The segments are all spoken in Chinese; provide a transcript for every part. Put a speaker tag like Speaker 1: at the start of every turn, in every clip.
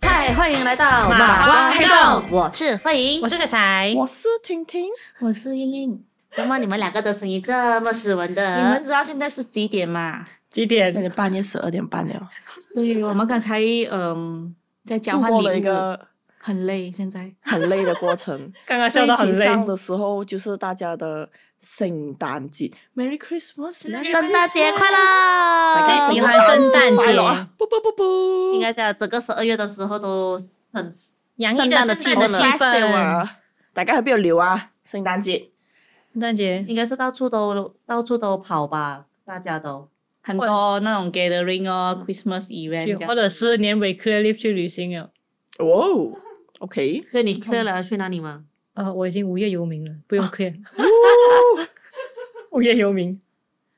Speaker 1: 嗨，欢迎来到
Speaker 2: 马
Speaker 1: 瓜
Speaker 2: 瓜
Speaker 1: 黑
Speaker 2: 黑
Speaker 1: 洞
Speaker 2: 洞，
Speaker 1: 我是慧莹
Speaker 2: 我，是彩彩，
Speaker 3: 我是婷婷，
Speaker 2: 我是英英。
Speaker 1: 怎么你们两个的声音这么斯文
Speaker 2: 你们
Speaker 1: 的？
Speaker 2: 知道现在是几点吗？几点
Speaker 3: 现在半夜十二点半了，
Speaker 2: 对，我们刚才嗯在交
Speaker 3: 度
Speaker 2: 换
Speaker 3: 过
Speaker 2: 礼
Speaker 3: 了一
Speaker 2: 物
Speaker 3: 个
Speaker 2: 很累，现在
Speaker 3: 很累的过程。
Speaker 2: 刚刚
Speaker 3: 这一期上的时候就是大家的圣诞节，Merry Christmas，Merry
Speaker 1: 圣诞节
Speaker 3: Christmas
Speaker 1: 快！
Speaker 3: 大
Speaker 1: 乐！
Speaker 3: 家
Speaker 2: 最喜欢
Speaker 3: 圣
Speaker 2: 圣诞节
Speaker 3: 快乐啊！不不不不，
Speaker 1: 应该在整个十二月的时候都很
Speaker 2: 洋
Speaker 1: 圣
Speaker 2: 溢
Speaker 1: 诞
Speaker 2: 的
Speaker 1: 的
Speaker 2: 圣
Speaker 1: 气
Speaker 2: 诞
Speaker 1: 氛
Speaker 2: 的气
Speaker 1: 了
Speaker 2: 氛。
Speaker 3: Christmas 啊！大家去边度聊啊？圣诞节
Speaker 2: 圣诞节
Speaker 1: 应该是到处都到处都跑吧，大家都。
Speaker 2: 很多那种 gathering 哦，Christmas event，这样
Speaker 4: 或者是年尾 clear leave 去旅行啊了。
Speaker 3: 哇哦，OK，
Speaker 1: 所以你 clear 了要去哪里吗？
Speaker 4: 呃，我已经无业游民了，不
Speaker 3: 啊
Speaker 4: 用 clear，无业游民。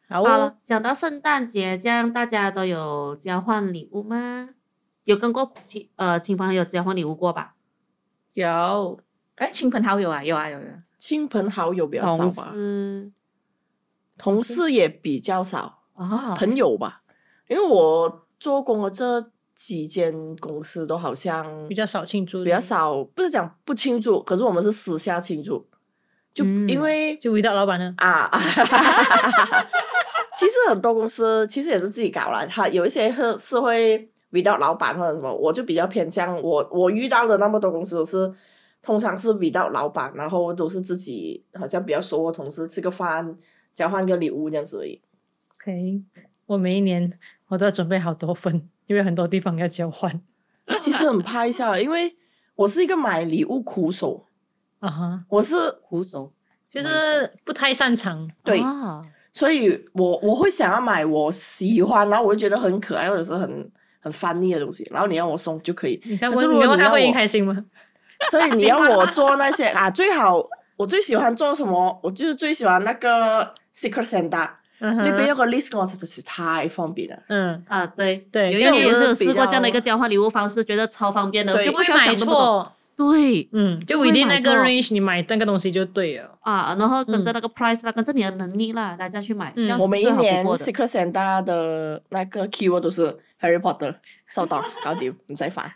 Speaker 4: 好
Speaker 1: 好了
Speaker 4: 哦，，
Speaker 1: 讲到圣诞节，这样大家都有交换礼物吗？有跟过亲呃亲朋好友交换礼物过吧？
Speaker 2: 有哎，亲朋好友啊，有啊有有。
Speaker 3: 亲朋好友比较少
Speaker 1: 同
Speaker 3: 吧，
Speaker 1: 事
Speaker 3: 同事也比较少，
Speaker 1: 啊，
Speaker 3: 朋友吧，因为我做工的这几间公司都好像
Speaker 4: 比较少庆祝，
Speaker 3: 比较，少，不是讲不庆祝，可是我们是私下庆祝，就
Speaker 1: 嗯
Speaker 3: 因为、
Speaker 4: 就回到老板呢。
Speaker 3: 啊， 啊其实很多公司其实也是自己搞啦，他有一些是是会 without 老板或者什么，我就比较偏向我我遇到的那么多公司都是。通常是 without 老板，然后都是自己好像比较熟的同事吃个饭，交换个礼物这样子而已。
Speaker 4: OK，我每一年我都要准备好多份， 因为很多地方要交换。
Speaker 3: 其实很 怕一下，因为我是一个买礼物苦手，
Speaker 4: 啊哈，
Speaker 3: 我是
Speaker 1: 苦手
Speaker 4: 就
Speaker 1: 什么意思
Speaker 4: 是不太擅长。
Speaker 3: 对、
Speaker 1: 啊
Speaker 3: 所以我我会想要买我喜欢，然后我就觉得很可爱或者是很很翻腻的东西，然后你要我送就可 以。
Speaker 4: 你看
Speaker 3: 可是
Speaker 4: 问，
Speaker 3: 如
Speaker 4: 你
Speaker 3: 果
Speaker 4: 问
Speaker 3: 你
Speaker 4: 他
Speaker 3: 要
Speaker 4: 会
Speaker 3: 我
Speaker 4: 开心吗？
Speaker 3: 所以你要我做那些啊，最好我最喜欢做什么？我就是最喜欢那个 Secret Santa，、
Speaker 4: 嗯
Speaker 3: 那边
Speaker 4: 哼，
Speaker 3: 有个 list 跟我真的是太方便了。
Speaker 4: 嗯，
Speaker 1: 啊，对
Speaker 4: 对
Speaker 1: 有一
Speaker 3: 这种
Speaker 1: 年也是有
Speaker 3: 就
Speaker 1: 试
Speaker 3: 是
Speaker 1: 过
Speaker 3: 比较
Speaker 1: 这样的一个交换礼物方式，觉得超方便的，
Speaker 3: 对
Speaker 1: 就
Speaker 4: 不
Speaker 1: 不
Speaker 4: 会
Speaker 1: 需要
Speaker 4: 买
Speaker 1: 想那么多。
Speaker 4: 错。
Speaker 1: 对
Speaker 4: 嗯，就
Speaker 1: 不会
Speaker 4: 一定
Speaker 1: 买
Speaker 4: 那个
Speaker 1: 错
Speaker 4: range，你买那个东西就对了。
Speaker 1: 啊，然后跟着那个 price 啦，跟着你的能力啦，大家去买。
Speaker 4: 嗯
Speaker 1: 这样
Speaker 3: 我
Speaker 1: 是
Speaker 3: 每一
Speaker 1: 最好不
Speaker 3: 年
Speaker 1: 过的
Speaker 3: Secret Santa 的那个 keyword 都是 Harry Potter，收到 搞掂，唔使烦。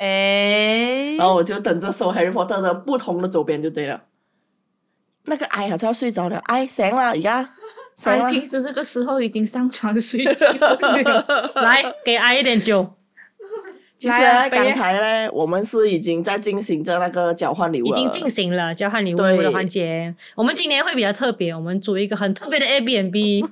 Speaker 1: 哎，
Speaker 3: 然后我就等着收 Harry Potter 的不同的周边就对了。那个 I 好像要睡着了，I 醒啦，而家醒啦
Speaker 2: 哎，。平时这个时候已经上床睡觉了。
Speaker 4: 来，给阿一点酒，
Speaker 3: 其实
Speaker 2: 来啊
Speaker 3: 呢，
Speaker 2: 北约
Speaker 3: 刚才呢，我们是已经在进行着那个交换礼物
Speaker 4: 已
Speaker 3: 了，
Speaker 4: 经进行了交换礼物
Speaker 3: 对
Speaker 4: 的环节。我们今年会比较特别，我们组一个很特别 的 Airbnb，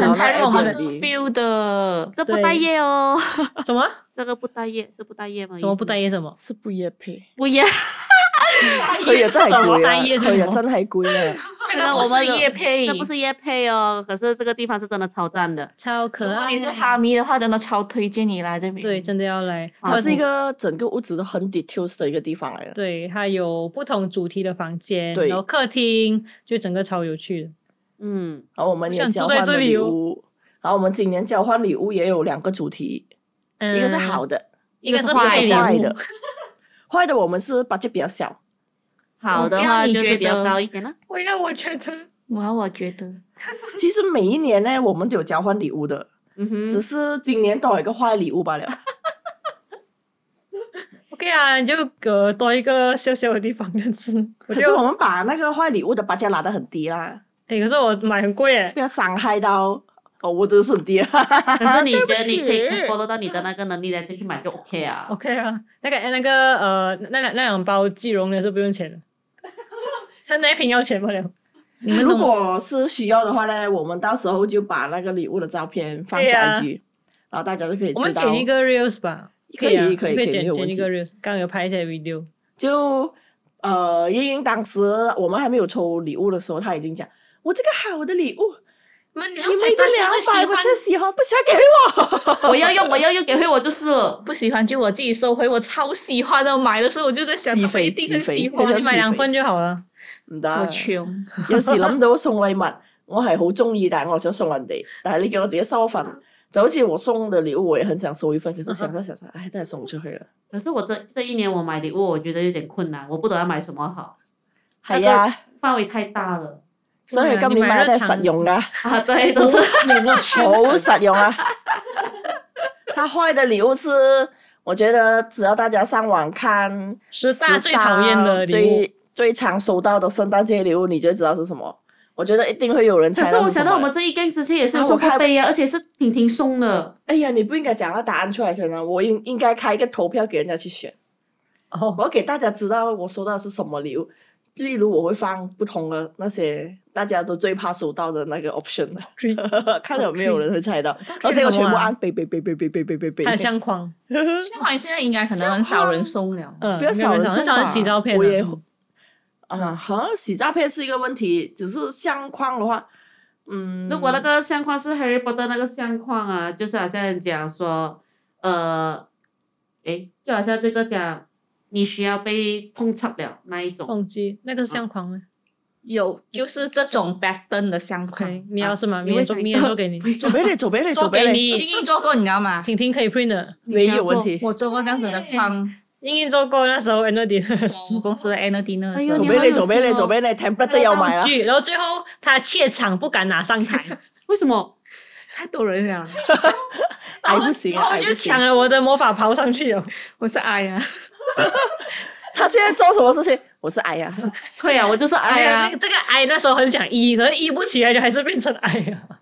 Speaker 3: 然后
Speaker 2: 很拍
Speaker 3: 那
Speaker 2: 我们的
Speaker 3: Airbnb
Speaker 2: feel 的，
Speaker 1: 这不带叶哦，
Speaker 4: 什么
Speaker 1: 这个不带叶是不带叶吗？
Speaker 4: 什么不带
Speaker 1: 叶？
Speaker 4: 意什么？
Speaker 3: 是不夜配，
Speaker 1: 不叶，
Speaker 3: 佢也真系贵啦，
Speaker 4: 半夜是
Speaker 3: 佢也
Speaker 4: 什么
Speaker 3: 真啊系贵啦。
Speaker 1: 这
Speaker 2: 这
Speaker 1: 个
Speaker 2: 个
Speaker 1: 我
Speaker 2: 我
Speaker 1: 们
Speaker 2: 们
Speaker 1: 有
Speaker 2: 叶配，
Speaker 1: 这不是叶配哦，可是这个地方是真的超赞的。
Speaker 4: 超可
Speaker 2: 如果
Speaker 4: 爱
Speaker 2: 你是。哈迷的话，真的超推荐你来这边。
Speaker 4: 对，真的要来。
Speaker 3: 它是一个整个屋子都很 details 的一个地方来的。
Speaker 4: 对，它有不同主题的房间，
Speaker 3: 对
Speaker 4: 然后客厅，就整个超有趣的。
Speaker 1: 嗯，
Speaker 3: 然后我们也
Speaker 4: 我想
Speaker 3: 交
Speaker 4: 住在
Speaker 3: 换了
Speaker 4: 这里
Speaker 3: 礼
Speaker 4: 哦
Speaker 3: 物，然后我们今年交换礼物也有两个主题，
Speaker 4: 嗯
Speaker 3: 一个是好，的，
Speaker 4: 一个
Speaker 1: 一个
Speaker 4: 是
Speaker 1: 是
Speaker 3: 一个
Speaker 4: 坏
Speaker 3: 是
Speaker 4: 礼
Speaker 3: 坏
Speaker 4: 物
Speaker 3: 的。坏的我们是 budget 比较小，
Speaker 1: 好的
Speaker 2: 我要
Speaker 1: 话
Speaker 2: 你
Speaker 1: 就是
Speaker 2: 觉
Speaker 1: 比较
Speaker 2: 得
Speaker 1: 高一点啦。
Speaker 4: 我要，我觉得
Speaker 2: 我要我觉得
Speaker 3: 其实每一年呢，我们都有交换礼物的，
Speaker 1: 嗯哼，
Speaker 3: 只是今年都有一个坏礼物罢 了。
Speaker 4: OK 啊，你就呃多一个小小的地方认识。
Speaker 3: 可是我们把那个坏礼物的 budget 拉得很低啦。
Speaker 4: 哎，可是我买很贵哎
Speaker 3: 不，要伤害到哦，我的手机啊！
Speaker 1: 可是你觉得你可以
Speaker 4: 对不起
Speaker 1: follow 到你的那个能力来再去买就 OK 啊。
Speaker 4: OK 啊，那个那个呃，那两那两包即溶的是不用 钱的，他那一瓶要钱不了。
Speaker 2: 你们
Speaker 3: 如
Speaker 2: 懂
Speaker 3: 果是需要的话呢，我们到时候就把那个礼物的照片放去
Speaker 4: 对啊
Speaker 3: IG，、然后大家就可以
Speaker 4: 我
Speaker 3: 知
Speaker 4: 们
Speaker 3: 道。
Speaker 4: 剪一个 reels 吧，
Speaker 3: 可以
Speaker 4: 啊
Speaker 3: 可以
Speaker 4: 我
Speaker 3: 可
Speaker 4: 可
Speaker 3: 以没
Speaker 4: 剪
Speaker 3: 有
Speaker 4: 剪一
Speaker 3: 问
Speaker 4: 个
Speaker 3: 题
Speaker 4: reels，刚刚有拍一些 video，
Speaker 3: 就呃，英英当时我们还没有抽礼物的时候，她已经讲我这个好的礼物，
Speaker 2: 你们两
Speaker 3: 你
Speaker 4: 哎
Speaker 3: 们一定两百不是喜欢，不喜欢给我。
Speaker 1: 我要用，我要用，给回我就是了。
Speaker 2: 不喜欢就我自己收回，我超喜欢的，买的时候我就在想，他
Speaker 3: 自
Speaker 2: 们
Speaker 3: 肥
Speaker 2: 一定很
Speaker 3: 自肥
Speaker 2: 喜
Speaker 3: 我
Speaker 4: 我
Speaker 3: 想
Speaker 2: 欢。
Speaker 4: 你买
Speaker 3: 自啊
Speaker 4: 两
Speaker 3: 肥
Speaker 4: 份就 好了。
Speaker 3: 唔
Speaker 2: 我
Speaker 3: 得，
Speaker 2: 穷，
Speaker 3: 有時諗到送禮物， 我係好中意，但係我想送人哋，但係你叫我自己收一份，就好似我送的禮物，我也很想收一份，可是想着想着，唉，都係送出去啦。
Speaker 1: 可是我这这一年我买礼物，我觉得有点困难，我不懂要买什么好，
Speaker 3: 係啊，
Speaker 1: 范围太大了
Speaker 3: 所以今年啊 買都係實用噶，
Speaker 1: 啊。对，都是
Speaker 3: 好實用啊！ 他坏的礼物是，我觉得只要大家上网看
Speaker 4: 十大
Speaker 3: 十
Speaker 4: 最讨厌的礼物，
Speaker 3: 最最常收到的圣诞节礼物，你就知道是什么。我觉得一定会有人猜
Speaker 1: 可
Speaker 3: 到
Speaker 1: 是我
Speaker 3: 什
Speaker 1: 想到我
Speaker 3: 么
Speaker 1: 们。这一根之前也是
Speaker 3: 啊我
Speaker 1: 送过
Speaker 3: 看
Speaker 1: 杯啊，而且是婷婷送的，
Speaker 3: 哎呀，你不应该讲到答案出来先啊！我应应该开一个投票给人家去选。
Speaker 4: 哦，
Speaker 3: 我要给大家知道我收到的是什么礼物。例如，我会放不同的那些大家都最怕收到的那个 option，看 有没有人会猜到。然后结果全部按背背背背背背背背背
Speaker 4: 还有，相框，
Speaker 2: 相框现在应该可能很少人送了。
Speaker 4: 嗯，
Speaker 3: 不要
Speaker 4: 没有
Speaker 3: 少
Speaker 4: 人
Speaker 3: 人
Speaker 4: 很
Speaker 3: 送
Speaker 4: 少人
Speaker 3: 吧
Speaker 4: 洗照片啊嗯
Speaker 3: 我也
Speaker 4: 的，
Speaker 3: 啊，好，洗照片是一个问题，只是相框的话，嗯，
Speaker 1: 如果那个相框是 Harry Potter 那个相框啊，就是好像讲说，呃，诶，就好像这个讲你需要被痛插了那一种，
Speaker 4: 忘记那个是相
Speaker 3: 啊
Speaker 4: 框吗
Speaker 2: 有就是这种 back d 的相框，
Speaker 4: ？OK，你要是吗？
Speaker 1: 啊
Speaker 4: 明天做，
Speaker 1: 你会想
Speaker 4: 明天做给你，
Speaker 3: 左边 嘞，左边嘞，左
Speaker 4: 做
Speaker 3: 边
Speaker 4: 给
Speaker 3: 哎嘞，
Speaker 2: 已
Speaker 4: 你，
Speaker 2: 经做过，你知道吗？
Speaker 4: 婷婷可以 print 的，
Speaker 3: 没有问题。
Speaker 2: 我做过这样子的框，
Speaker 4: 英英做过那时候 Andy 的
Speaker 2: 我公司的 a n n d i n
Speaker 1: 哎呦
Speaker 3: 左
Speaker 1: 你
Speaker 3: 边嘞，
Speaker 1: 好有
Speaker 3: 左边嘞，
Speaker 1: 心哦
Speaker 3: 左边嘞，template 都要买了
Speaker 4: 道。具，然后最后他怯场不敢拿上台，
Speaker 1: 为什么？
Speaker 2: 太多人了，
Speaker 3: 哎，不行
Speaker 4: 然
Speaker 3: 啊，
Speaker 4: 后
Speaker 3: 哎
Speaker 4: 我
Speaker 3: 不
Speaker 4: 就
Speaker 3: 行
Speaker 4: 抢！了我的魔法袍上去哦了。
Speaker 2: 我是 I 呀、
Speaker 3: 他现在做什么事情？我是哎 呀，
Speaker 1: 对啊，我就是哎呀
Speaker 4: 那个，这个 I 那时候很想 E，可是 E 不起来就还是变成 I 啊。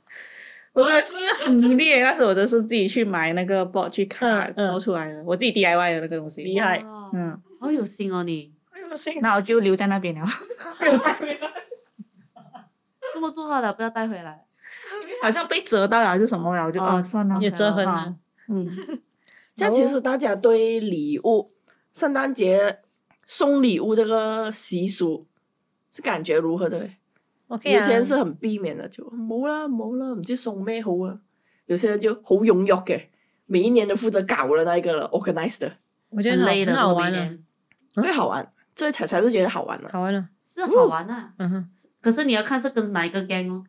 Speaker 2: 我真的是很努力，那时候我都是自己去买那个 board 去看
Speaker 4: 嗯嗯
Speaker 2: 做出来的，我自己 DIY 的那个东西
Speaker 4: 厉。害
Speaker 1: 哇
Speaker 2: 嗯，
Speaker 1: 好有心哦你，
Speaker 4: 哎呦，幸
Speaker 2: 那我就留在那边了，
Speaker 1: 这么做好了不要带回来，
Speaker 2: 好像被折到了还是什么了，我就
Speaker 1: 哦
Speaker 2: 哦算了，
Speaker 4: 也折痕
Speaker 2: 啊
Speaker 4: 了。
Speaker 2: 嗯，
Speaker 3: 这样其实大家对礼物，圣诞节送礼物这个习俗是感觉如何的嘞？
Speaker 4: ，OK
Speaker 3: 有
Speaker 4: 啊
Speaker 1: 哎
Speaker 3: 些人是很避免的，就冇啦冇啦，唔知送咩好啊。有些人就好踊跃嘅，每一年都负责搞的那一个了，organize 的，
Speaker 1: 嗯
Speaker 4: 我觉得
Speaker 1: 很
Speaker 4: 很
Speaker 1: 累的，
Speaker 4: 很好
Speaker 1: 过
Speaker 4: 玩
Speaker 1: 每
Speaker 4: 啊，
Speaker 1: 年
Speaker 3: 因为好玩，这才才是觉得好玩的、
Speaker 4: 好玩啊，
Speaker 1: 是好玩啊，
Speaker 4: 嗯哼，
Speaker 1: 可是你要看是跟哪一个 gang 哦，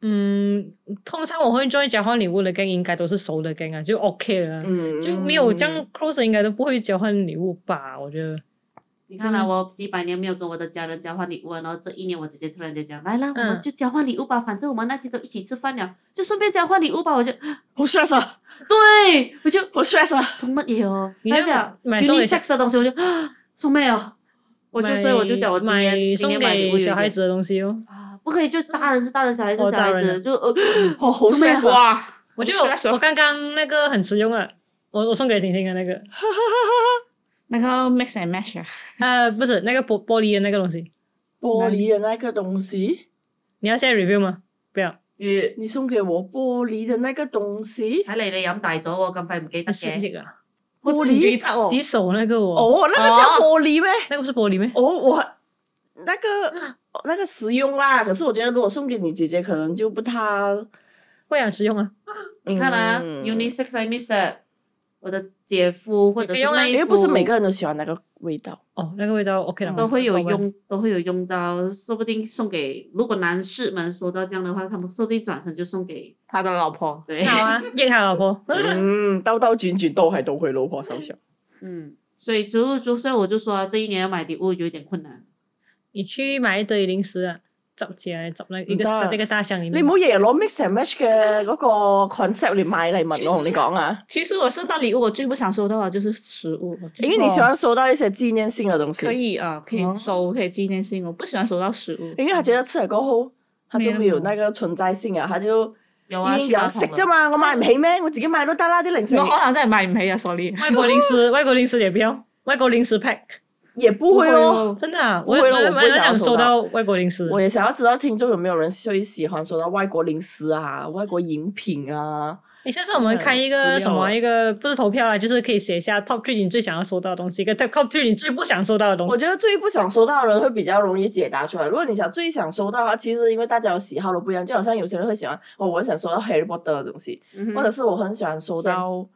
Speaker 4: 嗯，通常我会 join 交换礼物的 gang 应该都是熟的 gang 啊，就 OK 了啊，
Speaker 3: 嗯，
Speaker 4: 就没有这样 close 的应该都不会交换礼物吧？我觉得
Speaker 1: 你看啦，
Speaker 4: 嗯
Speaker 1: 我几百年没有跟我的家人交换礼物了，然后这一年我直接突然间讲，来啦，我
Speaker 4: 嗯
Speaker 1: 们就交换礼物吧，反正我们那天都一起吃饭了，就顺便交换礼物吧，我就
Speaker 3: 好 stress 啊，
Speaker 1: 对，我就
Speaker 3: 好 stress 啊。
Speaker 1: 送乜嘢哦？
Speaker 4: 你
Speaker 1: 他
Speaker 4: 就
Speaker 1: 讲
Speaker 4: 买送给
Speaker 1: unisex 的东西，我就 啊送咩哦？我就
Speaker 4: 买
Speaker 1: 所以我就讲我今
Speaker 4: 买
Speaker 1: 年今
Speaker 4: 送
Speaker 1: 年买礼物有
Speaker 4: 给小孩
Speaker 1: 点
Speaker 4: 子的东西哦，
Speaker 1: 啊，不可以就大人是大人，小孩是
Speaker 4: 哦
Speaker 1: 小
Speaker 4: 大
Speaker 1: 孩
Speaker 4: 人
Speaker 1: 子，
Speaker 4: 的
Speaker 1: 就呃
Speaker 3: 哦，好
Speaker 1: 送咩
Speaker 3: stress 啊！
Speaker 2: 哇，
Speaker 4: 我就
Speaker 2: 我那时候
Speaker 4: 我刚刚那个很实用啊，我我送给婷婷的那个，
Speaker 2: 那个 mix and match 啊，
Speaker 4: 呃，不是那个玻玻璃的那个东西，
Speaker 3: 玻璃的那个东西，
Speaker 4: 你要现在 review 吗？不要，
Speaker 1: 呃
Speaker 3: 你送给我玻璃的那个东西，
Speaker 1: 睇嚟你飲大咗喎，咁快唔記得嘅。
Speaker 4: 那个
Speaker 3: 玻
Speaker 2: 你
Speaker 3: 璃
Speaker 2: 知道哦
Speaker 4: 洗手那个我，
Speaker 3: 哦，那个叫玻璃咩？
Speaker 4: 那个不是玻璃咩？
Speaker 3: 哦，我那个那个实用啦，可是我觉得如果送给你姐姐，可能就不太。
Speaker 4: 会很实用啊，
Speaker 1: 你看啊
Speaker 3: 嗯
Speaker 1: ，unisex I miss it。我的姐夫或者
Speaker 4: 可以
Speaker 1: 是
Speaker 4: 用啊
Speaker 1: 妹
Speaker 3: 因为
Speaker 1: 夫，
Speaker 3: 不是每个人都喜欢那个味道。
Speaker 4: 哦，那个味道 OK 了，
Speaker 1: 都会有
Speaker 4: 好闻。
Speaker 1: 用，都会有用到，说不定送给如果男士们收到这样的话，他们说不定转身就送给
Speaker 2: 他的老婆，
Speaker 1: 对，
Speaker 4: 好啊，
Speaker 3: 欸
Speaker 4: 验他老婆。
Speaker 3: 嗯，兜兜转转都系都去老婆手上。
Speaker 1: 嗯，所以就就所以我就说、这一年要买礼物有点困难。
Speaker 4: 你去买一堆零食啊，找起来找那一个
Speaker 3: 唔得
Speaker 4: 那个大
Speaker 2: 嗯
Speaker 4: 箱里
Speaker 3: 啊你
Speaker 4: 面
Speaker 3: 唔。好日日攞 mix and match 嘅嗰個 concept 嚟買禮物，我同你講啊，
Speaker 2: 其实我收到礼物，我最不想收到的就是食物，我就是
Speaker 3: 因為你喜歡收到一些紀念性嘅東
Speaker 2: 可
Speaker 3: 西，
Speaker 2: 以啊，可以收，可以纪念性，我不喜欢收到食物，
Speaker 3: 因為他覺得吃了過後，他就沒有那個存在性啊，他就
Speaker 1: 有啊，
Speaker 3: 已經
Speaker 1: 去
Speaker 3: 有
Speaker 1: 马
Speaker 3: 得
Speaker 1: 桶
Speaker 3: 食
Speaker 1: 了
Speaker 3: 啫嘛，我買唔起咩？我自己買都得啦，啲零食
Speaker 2: 我可能真系买唔起啊，sorry。
Speaker 4: 外国零食，外国零食也不要，外国零食 pack
Speaker 3: 也不會咯。
Speaker 4: 真的啊，我
Speaker 3: 不会咯
Speaker 4: 我
Speaker 3: 我不会
Speaker 4: 蛮想
Speaker 3: 想要
Speaker 4: 收
Speaker 3: 收
Speaker 4: 到外国零食。
Speaker 3: 我也想要知道听众有没有人最喜欢收到外国零食啊、外国饮品啊？
Speaker 4: 你下次我们开一
Speaker 3: 嗯
Speaker 4: 个
Speaker 3: 资料
Speaker 4: 什么
Speaker 3: 啊
Speaker 4: 一个不是投票啦，就是可以写一下 top three 你最想要收到的东西，跟 top three 你最不想收到的东西。
Speaker 3: 我觉得最不想收到的人会比较容易解答出来。如果你想最想收到啊，其实因为大家的喜好都不一样，就好像有些人会喜欢哦，我很想收到 Harry Potter 的东西，
Speaker 1: 嗯
Speaker 3: 或
Speaker 1: 哼
Speaker 3: 者是我很喜欢收到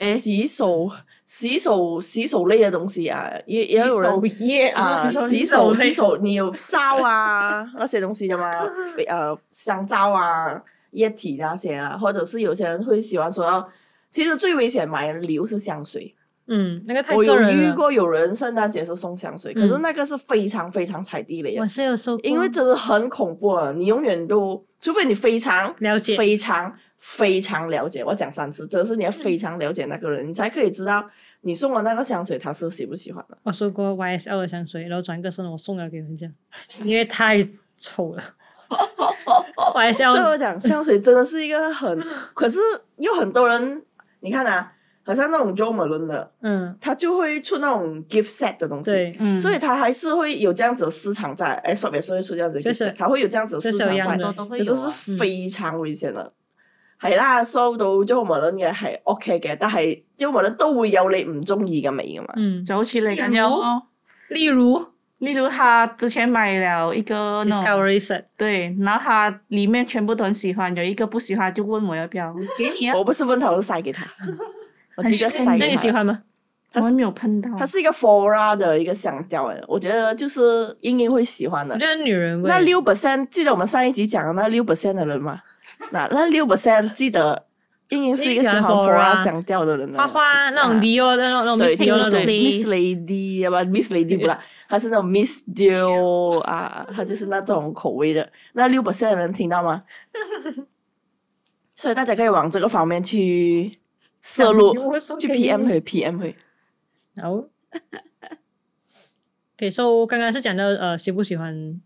Speaker 1: 诶
Speaker 3: 洗手、洗手、洗手类的东西啊，也也有人。
Speaker 2: 液
Speaker 3: 啊，洗手洗手，你有皂啊 那些东西的吗？肥呃，香皂啊，液体那些啊，或者是有些人会喜欢说要，其实最危险买的礼物是香水。
Speaker 4: 嗯，那个太
Speaker 3: 我
Speaker 4: 个
Speaker 3: 有
Speaker 4: 人
Speaker 3: 遇
Speaker 4: 了。嗯
Speaker 3: 过有人圣诞节是送香水，可是那个是非常非常踩地雷的
Speaker 4: 我，是有收过，
Speaker 3: 因为真的很恐怖啊！你永远都，除非你非常
Speaker 4: 了解嗯
Speaker 3: 非常非常了解，我讲三次，真的是你要非常了解那个人，你才可以知道你送的那个香水他是喜不喜欢的。
Speaker 4: 我说过 YSL 的香水，然后转个身我送了给人家，因为太 臭了。
Speaker 3: 所以
Speaker 4: YSL
Speaker 3: 我讲香水真的是一个 很，可是有很多人，你看啊，好像那种 Jo Malone 的，
Speaker 4: 嗯，
Speaker 3: 他就会出那种 gift set 的东西，
Speaker 4: 对，
Speaker 2: 嗯，
Speaker 3: 所以他还是会有这样子的市场在。哎，说也是会出这样子的
Speaker 4: 就
Speaker 3: gift
Speaker 4: 是
Speaker 3: set，他会有这样子的
Speaker 4: 就
Speaker 3: 市
Speaker 4: 是
Speaker 3: 场
Speaker 4: 有
Speaker 3: 在
Speaker 4: 嗯样
Speaker 1: 很
Speaker 4: 的
Speaker 1: 多都
Speaker 3: 可
Speaker 1: 會有
Speaker 3: 是
Speaker 1: 啊。
Speaker 3: 是非常危險啦。係啦，收到咗無論嘅係 OK 嘅，但係因為無論都會有你唔中意嘅味噶嘛。
Speaker 4: 嗯，
Speaker 2: 就好似你咁
Speaker 4: 例
Speaker 2: 樣
Speaker 4: 如
Speaker 2: 咯。
Speaker 4: 例如
Speaker 2: 例如他之前買了一
Speaker 3: Oh
Speaker 2: 个那种
Speaker 4: Discovery Set，
Speaker 2: 对，然后他里面全部都很喜欢，有一个不喜欢就問我要不要，给你啊。
Speaker 3: 我不是問頭都晒給 他，我直接晒
Speaker 2: 很
Speaker 4: 那
Speaker 3: 給
Speaker 4: 你喜
Speaker 3: 他。
Speaker 4: 欢吗？
Speaker 2: 我们没有碰到。
Speaker 3: 它是一個 Flora 的一個香調嚟，我覺得就是英英會喜歡
Speaker 4: 我
Speaker 3: 的。
Speaker 4: 觉得女人味
Speaker 3: 那六 percent 記得我們上一集講的那六 percent 的人嘛？那那六 percent 記得英英是一個喜歡
Speaker 4: 你喜歡 Flora
Speaker 3: Flora 香調的人嚟
Speaker 4: 花花那种
Speaker 3: 啊
Speaker 4: Dior 的那种那种
Speaker 3: 对
Speaker 4: Miss Dior 那
Speaker 3: 对
Speaker 4: 种，
Speaker 1: Miss
Speaker 3: ，Miss Lady 啊吧，Miss Lady 不啦，她是那种 Miss Dior 啊，她就是那种口味的。那六 percent 的人听到吗？所以大家可以往这个方面去摄入，去 PM 回 PM 回。
Speaker 4: 然后，OK，so 刚刚是讲到呃喜不喜欢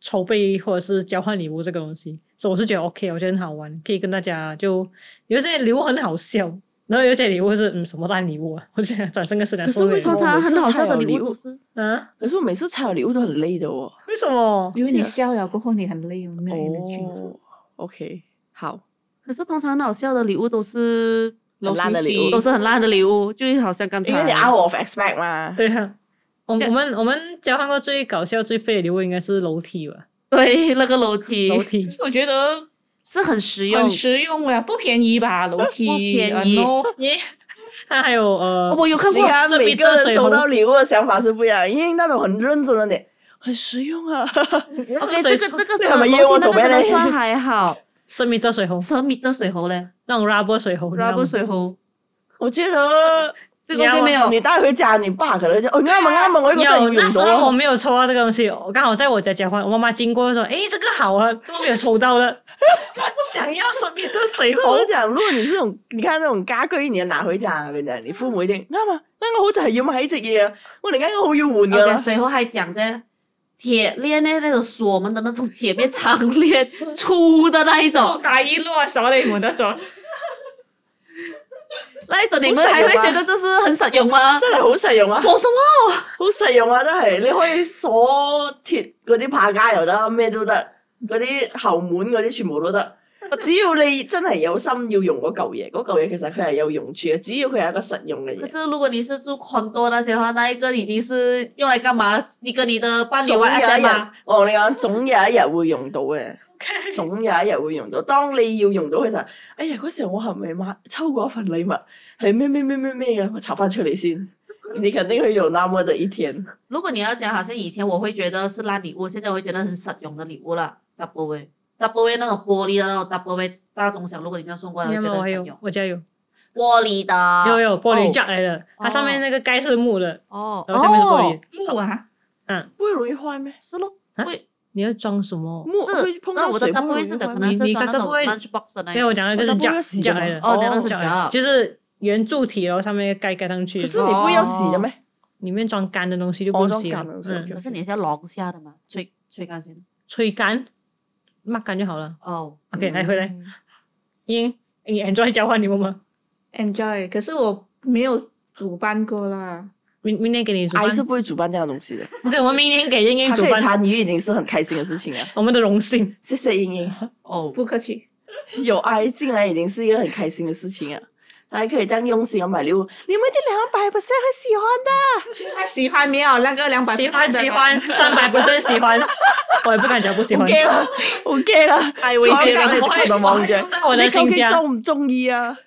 Speaker 4: 筹备或者是交换礼物这个东西，所以我是觉得 OK，我觉得很好玩，可以跟大家就有一些礼物很好笑，然后有一些礼物是嗯什么烂礼物啊， 我就想转身跟市长
Speaker 3: 可是
Speaker 4: 说
Speaker 3: 为什么
Speaker 1: 通常很好笑的礼物都是
Speaker 4: 啊，
Speaker 3: 可是我每次拆礼物都很累的哦。
Speaker 4: 为什么？
Speaker 2: 因为你笑了过后你很累，没有 energy。
Speaker 3: 哦，OK，好，
Speaker 1: 可是通常很好笑的礼物都是
Speaker 2: 嗯
Speaker 3: 很烂的礼物
Speaker 1: 都是很烂的礼物，就好像刚才
Speaker 3: 因为你啊 out of expect 嘛。
Speaker 4: 对啊，我
Speaker 1: 这
Speaker 4: 我们我们交换过最搞笑最废的礼物应该是楼梯吧，
Speaker 1: 对那个楼梯
Speaker 4: 楼梯
Speaker 2: 其。实我觉得
Speaker 1: 是很实用
Speaker 2: 很。实用啊，不便宜吧？楼梯
Speaker 1: 不便宜
Speaker 2: 啊，no
Speaker 4: 耶， 它还有呃，
Speaker 1: 我有看
Speaker 3: 你
Speaker 1: 过
Speaker 3: 哦看
Speaker 4: 是
Speaker 3: 每
Speaker 4: 彼
Speaker 3: 个
Speaker 4: 得
Speaker 3: 人
Speaker 4: 水
Speaker 3: 收
Speaker 4: 壶
Speaker 3: 到礼物的想法是不一样的，因为那种很认真的你，很实用啊。
Speaker 1: OK，
Speaker 4: 水
Speaker 1: 这
Speaker 4: 壶
Speaker 1: 个这个是楼
Speaker 3: 那我们
Speaker 1: 梯
Speaker 3: 约我
Speaker 1: 那
Speaker 3: 走
Speaker 1: 个
Speaker 3: 呗
Speaker 1: 真的算还好，
Speaker 4: 是米的水壶，
Speaker 1: 十米的水壶嘞
Speaker 4: 那种 rubber 水壶你知道吗
Speaker 1: ，rubber 水壶，
Speaker 3: 我觉得
Speaker 1: 这个 OK 没有？
Speaker 3: 你带回家，你爸可能就哦啱啊啱啊，我一個真係要
Speaker 4: 有，那
Speaker 3: 用
Speaker 4: 时候我
Speaker 3: 到。
Speaker 4: 没有抽到这个东西，我刚好在我家交换，我妈妈经过就说：“诶，这个好啊，怎么没有抽到呢？想要身边的水
Speaker 3: 所以 我
Speaker 4: 壶
Speaker 3: 就，講，如果你是那種，你看那種家居，你拿回家，我跟你講，你父母一定啱啊，啱我好就係要買呢隻嘢啊，我哋啱啱好要換噶
Speaker 1: OK，
Speaker 3: 啦。
Speaker 1: 随后还讲着铁链呢，那种锁门的那种铁面长链，粗的那一 种，
Speaker 2: 打一落手雷姆那种，
Speaker 1: 那一种你
Speaker 3: 不
Speaker 1: 们
Speaker 3: 实
Speaker 1: 还
Speaker 3: 用
Speaker 1: 会
Speaker 3: 吗
Speaker 1: 觉得这是很实用吗？
Speaker 3: 真係好實用啊，
Speaker 1: 说什么？
Speaker 3: 好實用啊，真係你可以鎖鐵嗰啲怕家又得，咩都得，嗰啲後門嗰啲全部都得。只要你真係有心要用嗰嚿嘢，嗰嚿嘢其實佢係有用處嘅，只要佢係一個實用嘅
Speaker 1: 可
Speaker 3: 嘢。
Speaker 1: 是如果你是住 condo 那些的话，那一个已经是用来干嘛？你跟你的伴侣
Speaker 3: 總有
Speaker 1: 玩 SM
Speaker 3: 一日
Speaker 1: 吗？，
Speaker 3: 我同你講，總有一日會用到嘅。 總有一日會用到。當你要用到佢就係，哎呀嗰時候我係咪買抽過一份禮物係咩咩咩咩咩嘅？我查翻出嚟先。你肯定會有那麼的一天。
Speaker 1: 如果你要讲，好像以前我会觉得是烂礼物，现在我会觉得很实用的礼物了。Double way。Double way 那种玻璃的那种 Double way 大中小，如果你这样送过来，我
Speaker 4: 你
Speaker 1: 觉
Speaker 4: 有没
Speaker 1: 得
Speaker 4: 有？
Speaker 1: 很实
Speaker 4: 我有
Speaker 1: 用，。
Speaker 4: 我家有，
Speaker 1: 玻璃的，
Speaker 4: 有有玻璃
Speaker 1: 哦
Speaker 4: 架来的，它上面
Speaker 1: 哦
Speaker 4: 那个盖是木的，
Speaker 1: 哦
Speaker 4: 然后下面是玻璃
Speaker 1: 哦，，
Speaker 2: 木啊，
Speaker 3: 不會容易壞咩？
Speaker 1: 是咯，
Speaker 4: 啊
Speaker 1: 会
Speaker 4: 你要装什么？
Speaker 3: 木
Speaker 1: 那
Speaker 3: 會碰
Speaker 1: 那
Speaker 3: 到
Speaker 1: 我
Speaker 3: 水
Speaker 1: 的
Speaker 3: 不
Speaker 1: double
Speaker 3: 會
Speaker 1: way
Speaker 3: 容
Speaker 1: 是
Speaker 3: 易
Speaker 1: 的，可能
Speaker 3: 壞
Speaker 1: 是装那
Speaker 4: 你你刚才
Speaker 1: 种
Speaker 4: 不会
Speaker 1: lunch box 的那
Speaker 4: 因
Speaker 1: 一
Speaker 4: 为
Speaker 1: 种。
Speaker 4: 我讲的
Speaker 3: 我
Speaker 4: 就是
Speaker 3: 都不
Speaker 4: 架
Speaker 3: 会洗
Speaker 4: 架
Speaker 3: 的
Speaker 4: 来的，
Speaker 1: 哦，那种
Speaker 4: 架
Speaker 1: 夹
Speaker 4: 来的，就是圆柱体，然后上面盖盖上去
Speaker 3: 可，是你不要洗嘅咩？
Speaker 4: 里面装干的东西就
Speaker 3: 哦
Speaker 4: 不
Speaker 3: 装
Speaker 4: 洗
Speaker 3: 干
Speaker 4: 了
Speaker 3: 的东，西
Speaker 4: 嗯，
Speaker 1: 可是你是要龙虾的嘛，吹吹干先。
Speaker 4: 吹干，抹干就好了。
Speaker 1: 哦，
Speaker 4: OK，来回来，
Speaker 3: 嗯
Speaker 4: 英，你 enjoy 交换礼物吗？
Speaker 2: enjoy，可是我没有主办过啦。
Speaker 4: 明明天给你主办
Speaker 3: ，I 是不會主辦這樣的東西的。
Speaker 4: OK，我们明天给英英
Speaker 3: 他
Speaker 4: 主
Speaker 3: 可以
Speaker 4: 办，
Speaker 3: 參與已經是很開心的事情啊！
Speaker 4: 我们的荣幸。
Speaker 3: 謝謝英 英，
Speaker 1: 哦，
Speaker 2: 不客气，
Speaker 3: 有 I 竟然已經是一個很開心的事情啊！大家可以這樣用心咁買禮物，你們一定兩百 percent 會喜歡的。
Speaker 2: 现在喜欢没有那个两百？
Speaker 4: 喜欢喜欢，三百 percent 喜欢，我也不敢讲不喜
Speaker 3: 好
Speaker 4: 欢。
Speaker 3: 驚 啊！好驚啊！
Speaker 1: 太
Speaker 3: 危
Speaker 1: 危
Speaker 3: 险
Speaker 1: 险
Speaker 3: 了
Speaker 1: 了。
Speaker 3: 我的王者
Speaker 4: 在我的
Speaker 3: 你究
Speaker 4: 新
Speaker 3: 竟
Speaker 4: 家，
Speaker 3: 中唔中意啊？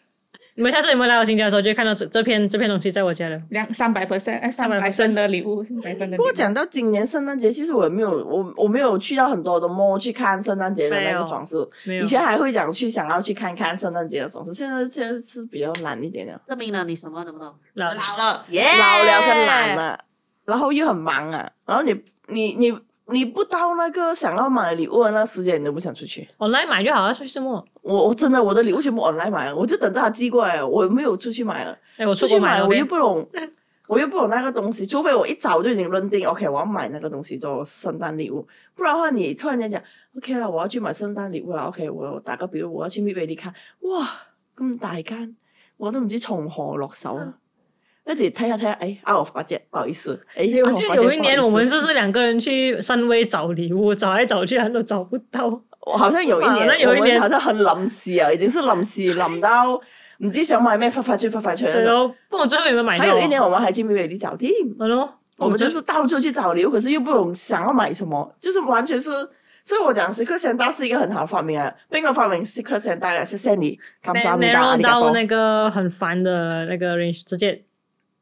Speaker 4: 你们下次你们来我新家的时候，就会看到这这篇这篇东西在我家了。
Speaker 2: 两三百 percent，哎，三百
Speaker 4: 300%
Speaker 2: 分的礼物，三百分的礼
Speaker 3: 不
Speaker 2: 物
Speaker 3: 过。讲到今年圣诞节，其实我也没有，我我没有去到很多的 mall 去看圣诞节的那
Speaker 1: 没
Speaker 3: 个
Speaker 1: 有
Speaker 3: 装饰。
Speaker 4: 没有
Speaker 3: 以，前还会讲去想要去看看圣诞节的装饰，现在现在是比较懒一点了，
Speaker 1: 证明了你什么都不懂。
Speaker 4: 老
Speaker 2: 老了，
Speaker 3: 哎
Speaker 1: 耶！
Speaker 3: 老了跟懒了，然后又很忙啊，然后你你你你不到那个想要买礼物的那时间，你都不想出去。
Speaker 4: online 买就好了，出去什么？
Speaker 3: 我我真的我的礼物全部 online 买了，我就等着他寄过来了，我没有出去买了。
Speaker 4: 哎，我
Speaker 3: 出
Speaker 4: 出
Speaker 3: 去
Speaker 4: 国
Speaker 3: 买
Speaker 4: 买
Speaker 3: 了
Speaker 4: o
Speaker 3: 我又不懂，我又不懂那个东西，除非我一早就已经认定 OK，我要买那个东西做圣诞礼物，不然的话你突然间讲 OK 了，我要去买圣诞礼物了，OK，我打个比如我要去 m i d w a y 看，哇咁大間，我都唔知從何落手啊！跟住睇下睇下，哎，out of budget，不好意思，哎，out
Speaker 4: 我
Speaker 3: of
Speaker 4: 记
Speaker 3: budget，
Speaker 4: 得啊有一
Speaker 3: 不好
Speaker 4: 年
Speaker 3: 意思
Speaker 4: 我们就是两个人去三威找礼物，找来找去，还都找不到。
Speaker 3: 我好像有一
Speaker 4: 哇
Speaker 3: 年，
Speaker 4: 那有一
Speaker 3: 我
Speaker 4: 年
Speaker 3: 們好像很臨時啊，已經是臨時臨到唔知想買咩，發發出發發出
Speaker 4: 对
Speaker 3: 那種。
Speaker 4: 哦，不过最后有没有买到？嗯哦
Speaker 3: 還有一年，我們還去 m i d w a y 找店。
Speaker 4: 对咯，
Speaker 3: 我们就
Speaker 4: 觉
Speaker 3: 是到处去找礼物，可是又不懂想要买什么，就是完全是。所以我讲 Secret Santa 是一个很好的发明啊，并没有发明 Secret Santa 啊，谢谢你，感
Speaker 4: 得
Speaker 3: 谢你
Speaker 4: narrow
Speaker 3: 的你
Speaker 4: 到
Speaker 3: 多。
Speaker 4: 那个很烦的那个 range，直接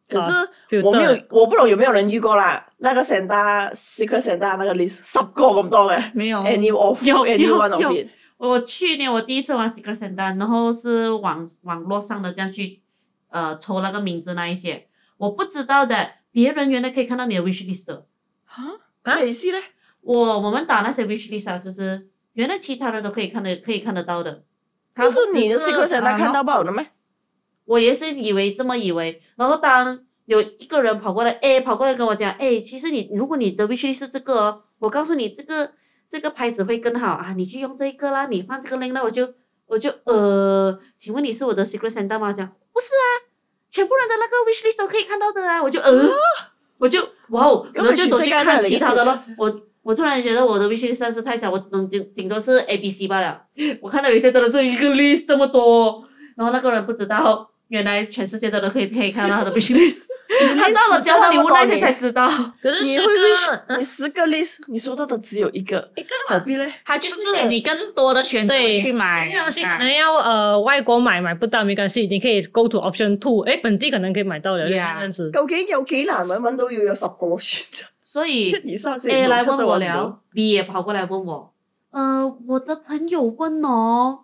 Speaker 3: 可是
Speaker 4: filter
Speaker 3: 我没有，我不懂有没有人遇过啦。那个 Santa Secret Santa 那个 list 十个咁多嘅
Speaker 2: 没
Speaker 4: 哦
Speaker 2: 有，
Speaker 3: ，any of
Speaker 1: 有
Speaker 3: any one of
Speaker 1: 有
Speaker 3: it。
Speaker 1: 我去年我第一次玩 Secret Santa，然后是网网络上的这样去呃抽那个名字那一些，我不知道的，别人原来可以看到你的 wish list 的。
Speaker 4: 啊
Speaker 3: 咩意思咧？
Speaker 1: 我我们打那些 wish list 啊，就是原来其他人都可以看得可以看得到的。
Speaker 3: 不是你的
Speaker 2: 只是
Speaker 3: Secret Santa
Speaker 2: 啊
Speaker 3: 看到爆的咩？
Speaker 1: 我也是以为这么以为，然后当有一个人跑过来，哎，跑过来跟我讲，哎，其实你如果你的 wish list 是这个、哦，我告诉你这个这个牌子会更好啊，你去用这个啦，你放这个 link 啦，我就我就呃，请问你是我的 secret Santa 吗？我讲不是啊，全部人的那个 wish list 都可以看到的啊，我就呃，我就哇哦，
Speaker 3: 根
Speaker 1: 然后
Speaker 3: 本
Speaker 1: 就走去
Speaker 3: 是在看
Speaker 1: 看其他的
Speaker 3: 哪里
Speaker 1: 了，我。我突然觉得我的 wish list 是太小，我顶顶顶多是 A B C 罢了。我看到有些真的是一个 list 这么多、然后那个人不知道，原来全世界的人可以可以看到他的 wish list，他到了交换礼物那一天才知道。
Speaker 4: 可是
Speaker 3: 你
Speaker 4: 十
Speaker 3: 会去
Speaker 4: 个嗯
Speaker 3: 你十个 list，你收到的只有一个，
Speaker 2: 一个
Speaker 3: 何必嘞？
Speaker 2: 它就是给你更多的选择
Speaker 4: 对
Speaker 2: 去
Speaker 3: 哎
Speaker 2: 买，
Speaker 4: 这东西
Speaker 2: 啊
Speaker 4: 可能要呃外国买买不到没关系，已经可以 go to option two，哎，本地可能可以买到的
Speaker 2: Yeah
Speaker 4: 这样子。
Speaker 3: 究竟有几难揾揾到要有十個選擇？
Speaker 1: 所以
Speaker 3: 一二三四五
Speaker 1: A 来
Speaker 3: 六七
Speaker 1: 问
Speaker 3: 都
Speaker 1: 我
Speaker 3: 揾唔到。
Speaker 1: 聊，B 也跑过来问我，呃，我的朋友问 哦，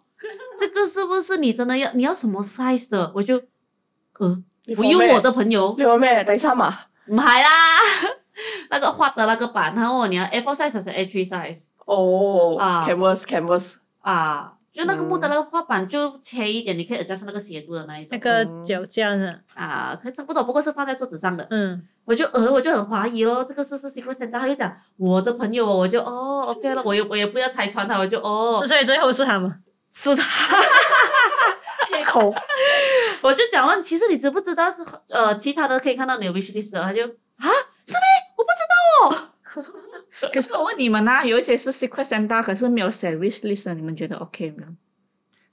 Speaker 1: 这个是不是你真的要你要什么 size 的？我就，呃，
Speaker 3: 你
Speaker 1: 我
Speaker 3: 放
Speaker 1: 用
Speaker 3: 咩
Speaker 1: 我的朋友
Speaker 3: 你話咩？第三啊？
Speaker 1: 买啦， 那个画的那个版，他问我你要 A4 size 还是 A3 size
Speaker 3: 哦、
Speaker 1: 啊
Speaker 3: c a n v a s canvas，
Speaker 1: 啊？就那个木的
Speaker 3: 嗯
Speaker 1: 那个画板就切一点，你可以 adjust 那个斜度的那一
Speaker 4: 那
Speaker 1: 种
Speaker 4: 个
Speaker 3: 嗯
Speaker 4: 脚架呢？
Speaker 1: 啊，可差不多，不过是放在桌子上的。
Speaker 4: 嗯，
Speaker 1: 我就呃，我就很怀疑咯，这个是是 Secret Santa，他就讲我的朋友哦，我就哦，OK 了，我也我也不要拆穿他，我就哦，
Speaker 4: 是所以最后是他们
Speaker 1: 是他，
Speaker 4: 借口。
Speaker 1: 我就讲了，其实你知不知道，呃，其他的可以看到你的 wish list，的他就啊，是呗，我不知
Speaker 2: 可是我问你们呐、有一些是 Secret Santa，可是没有 Service List，的你们觉得 OK 没有？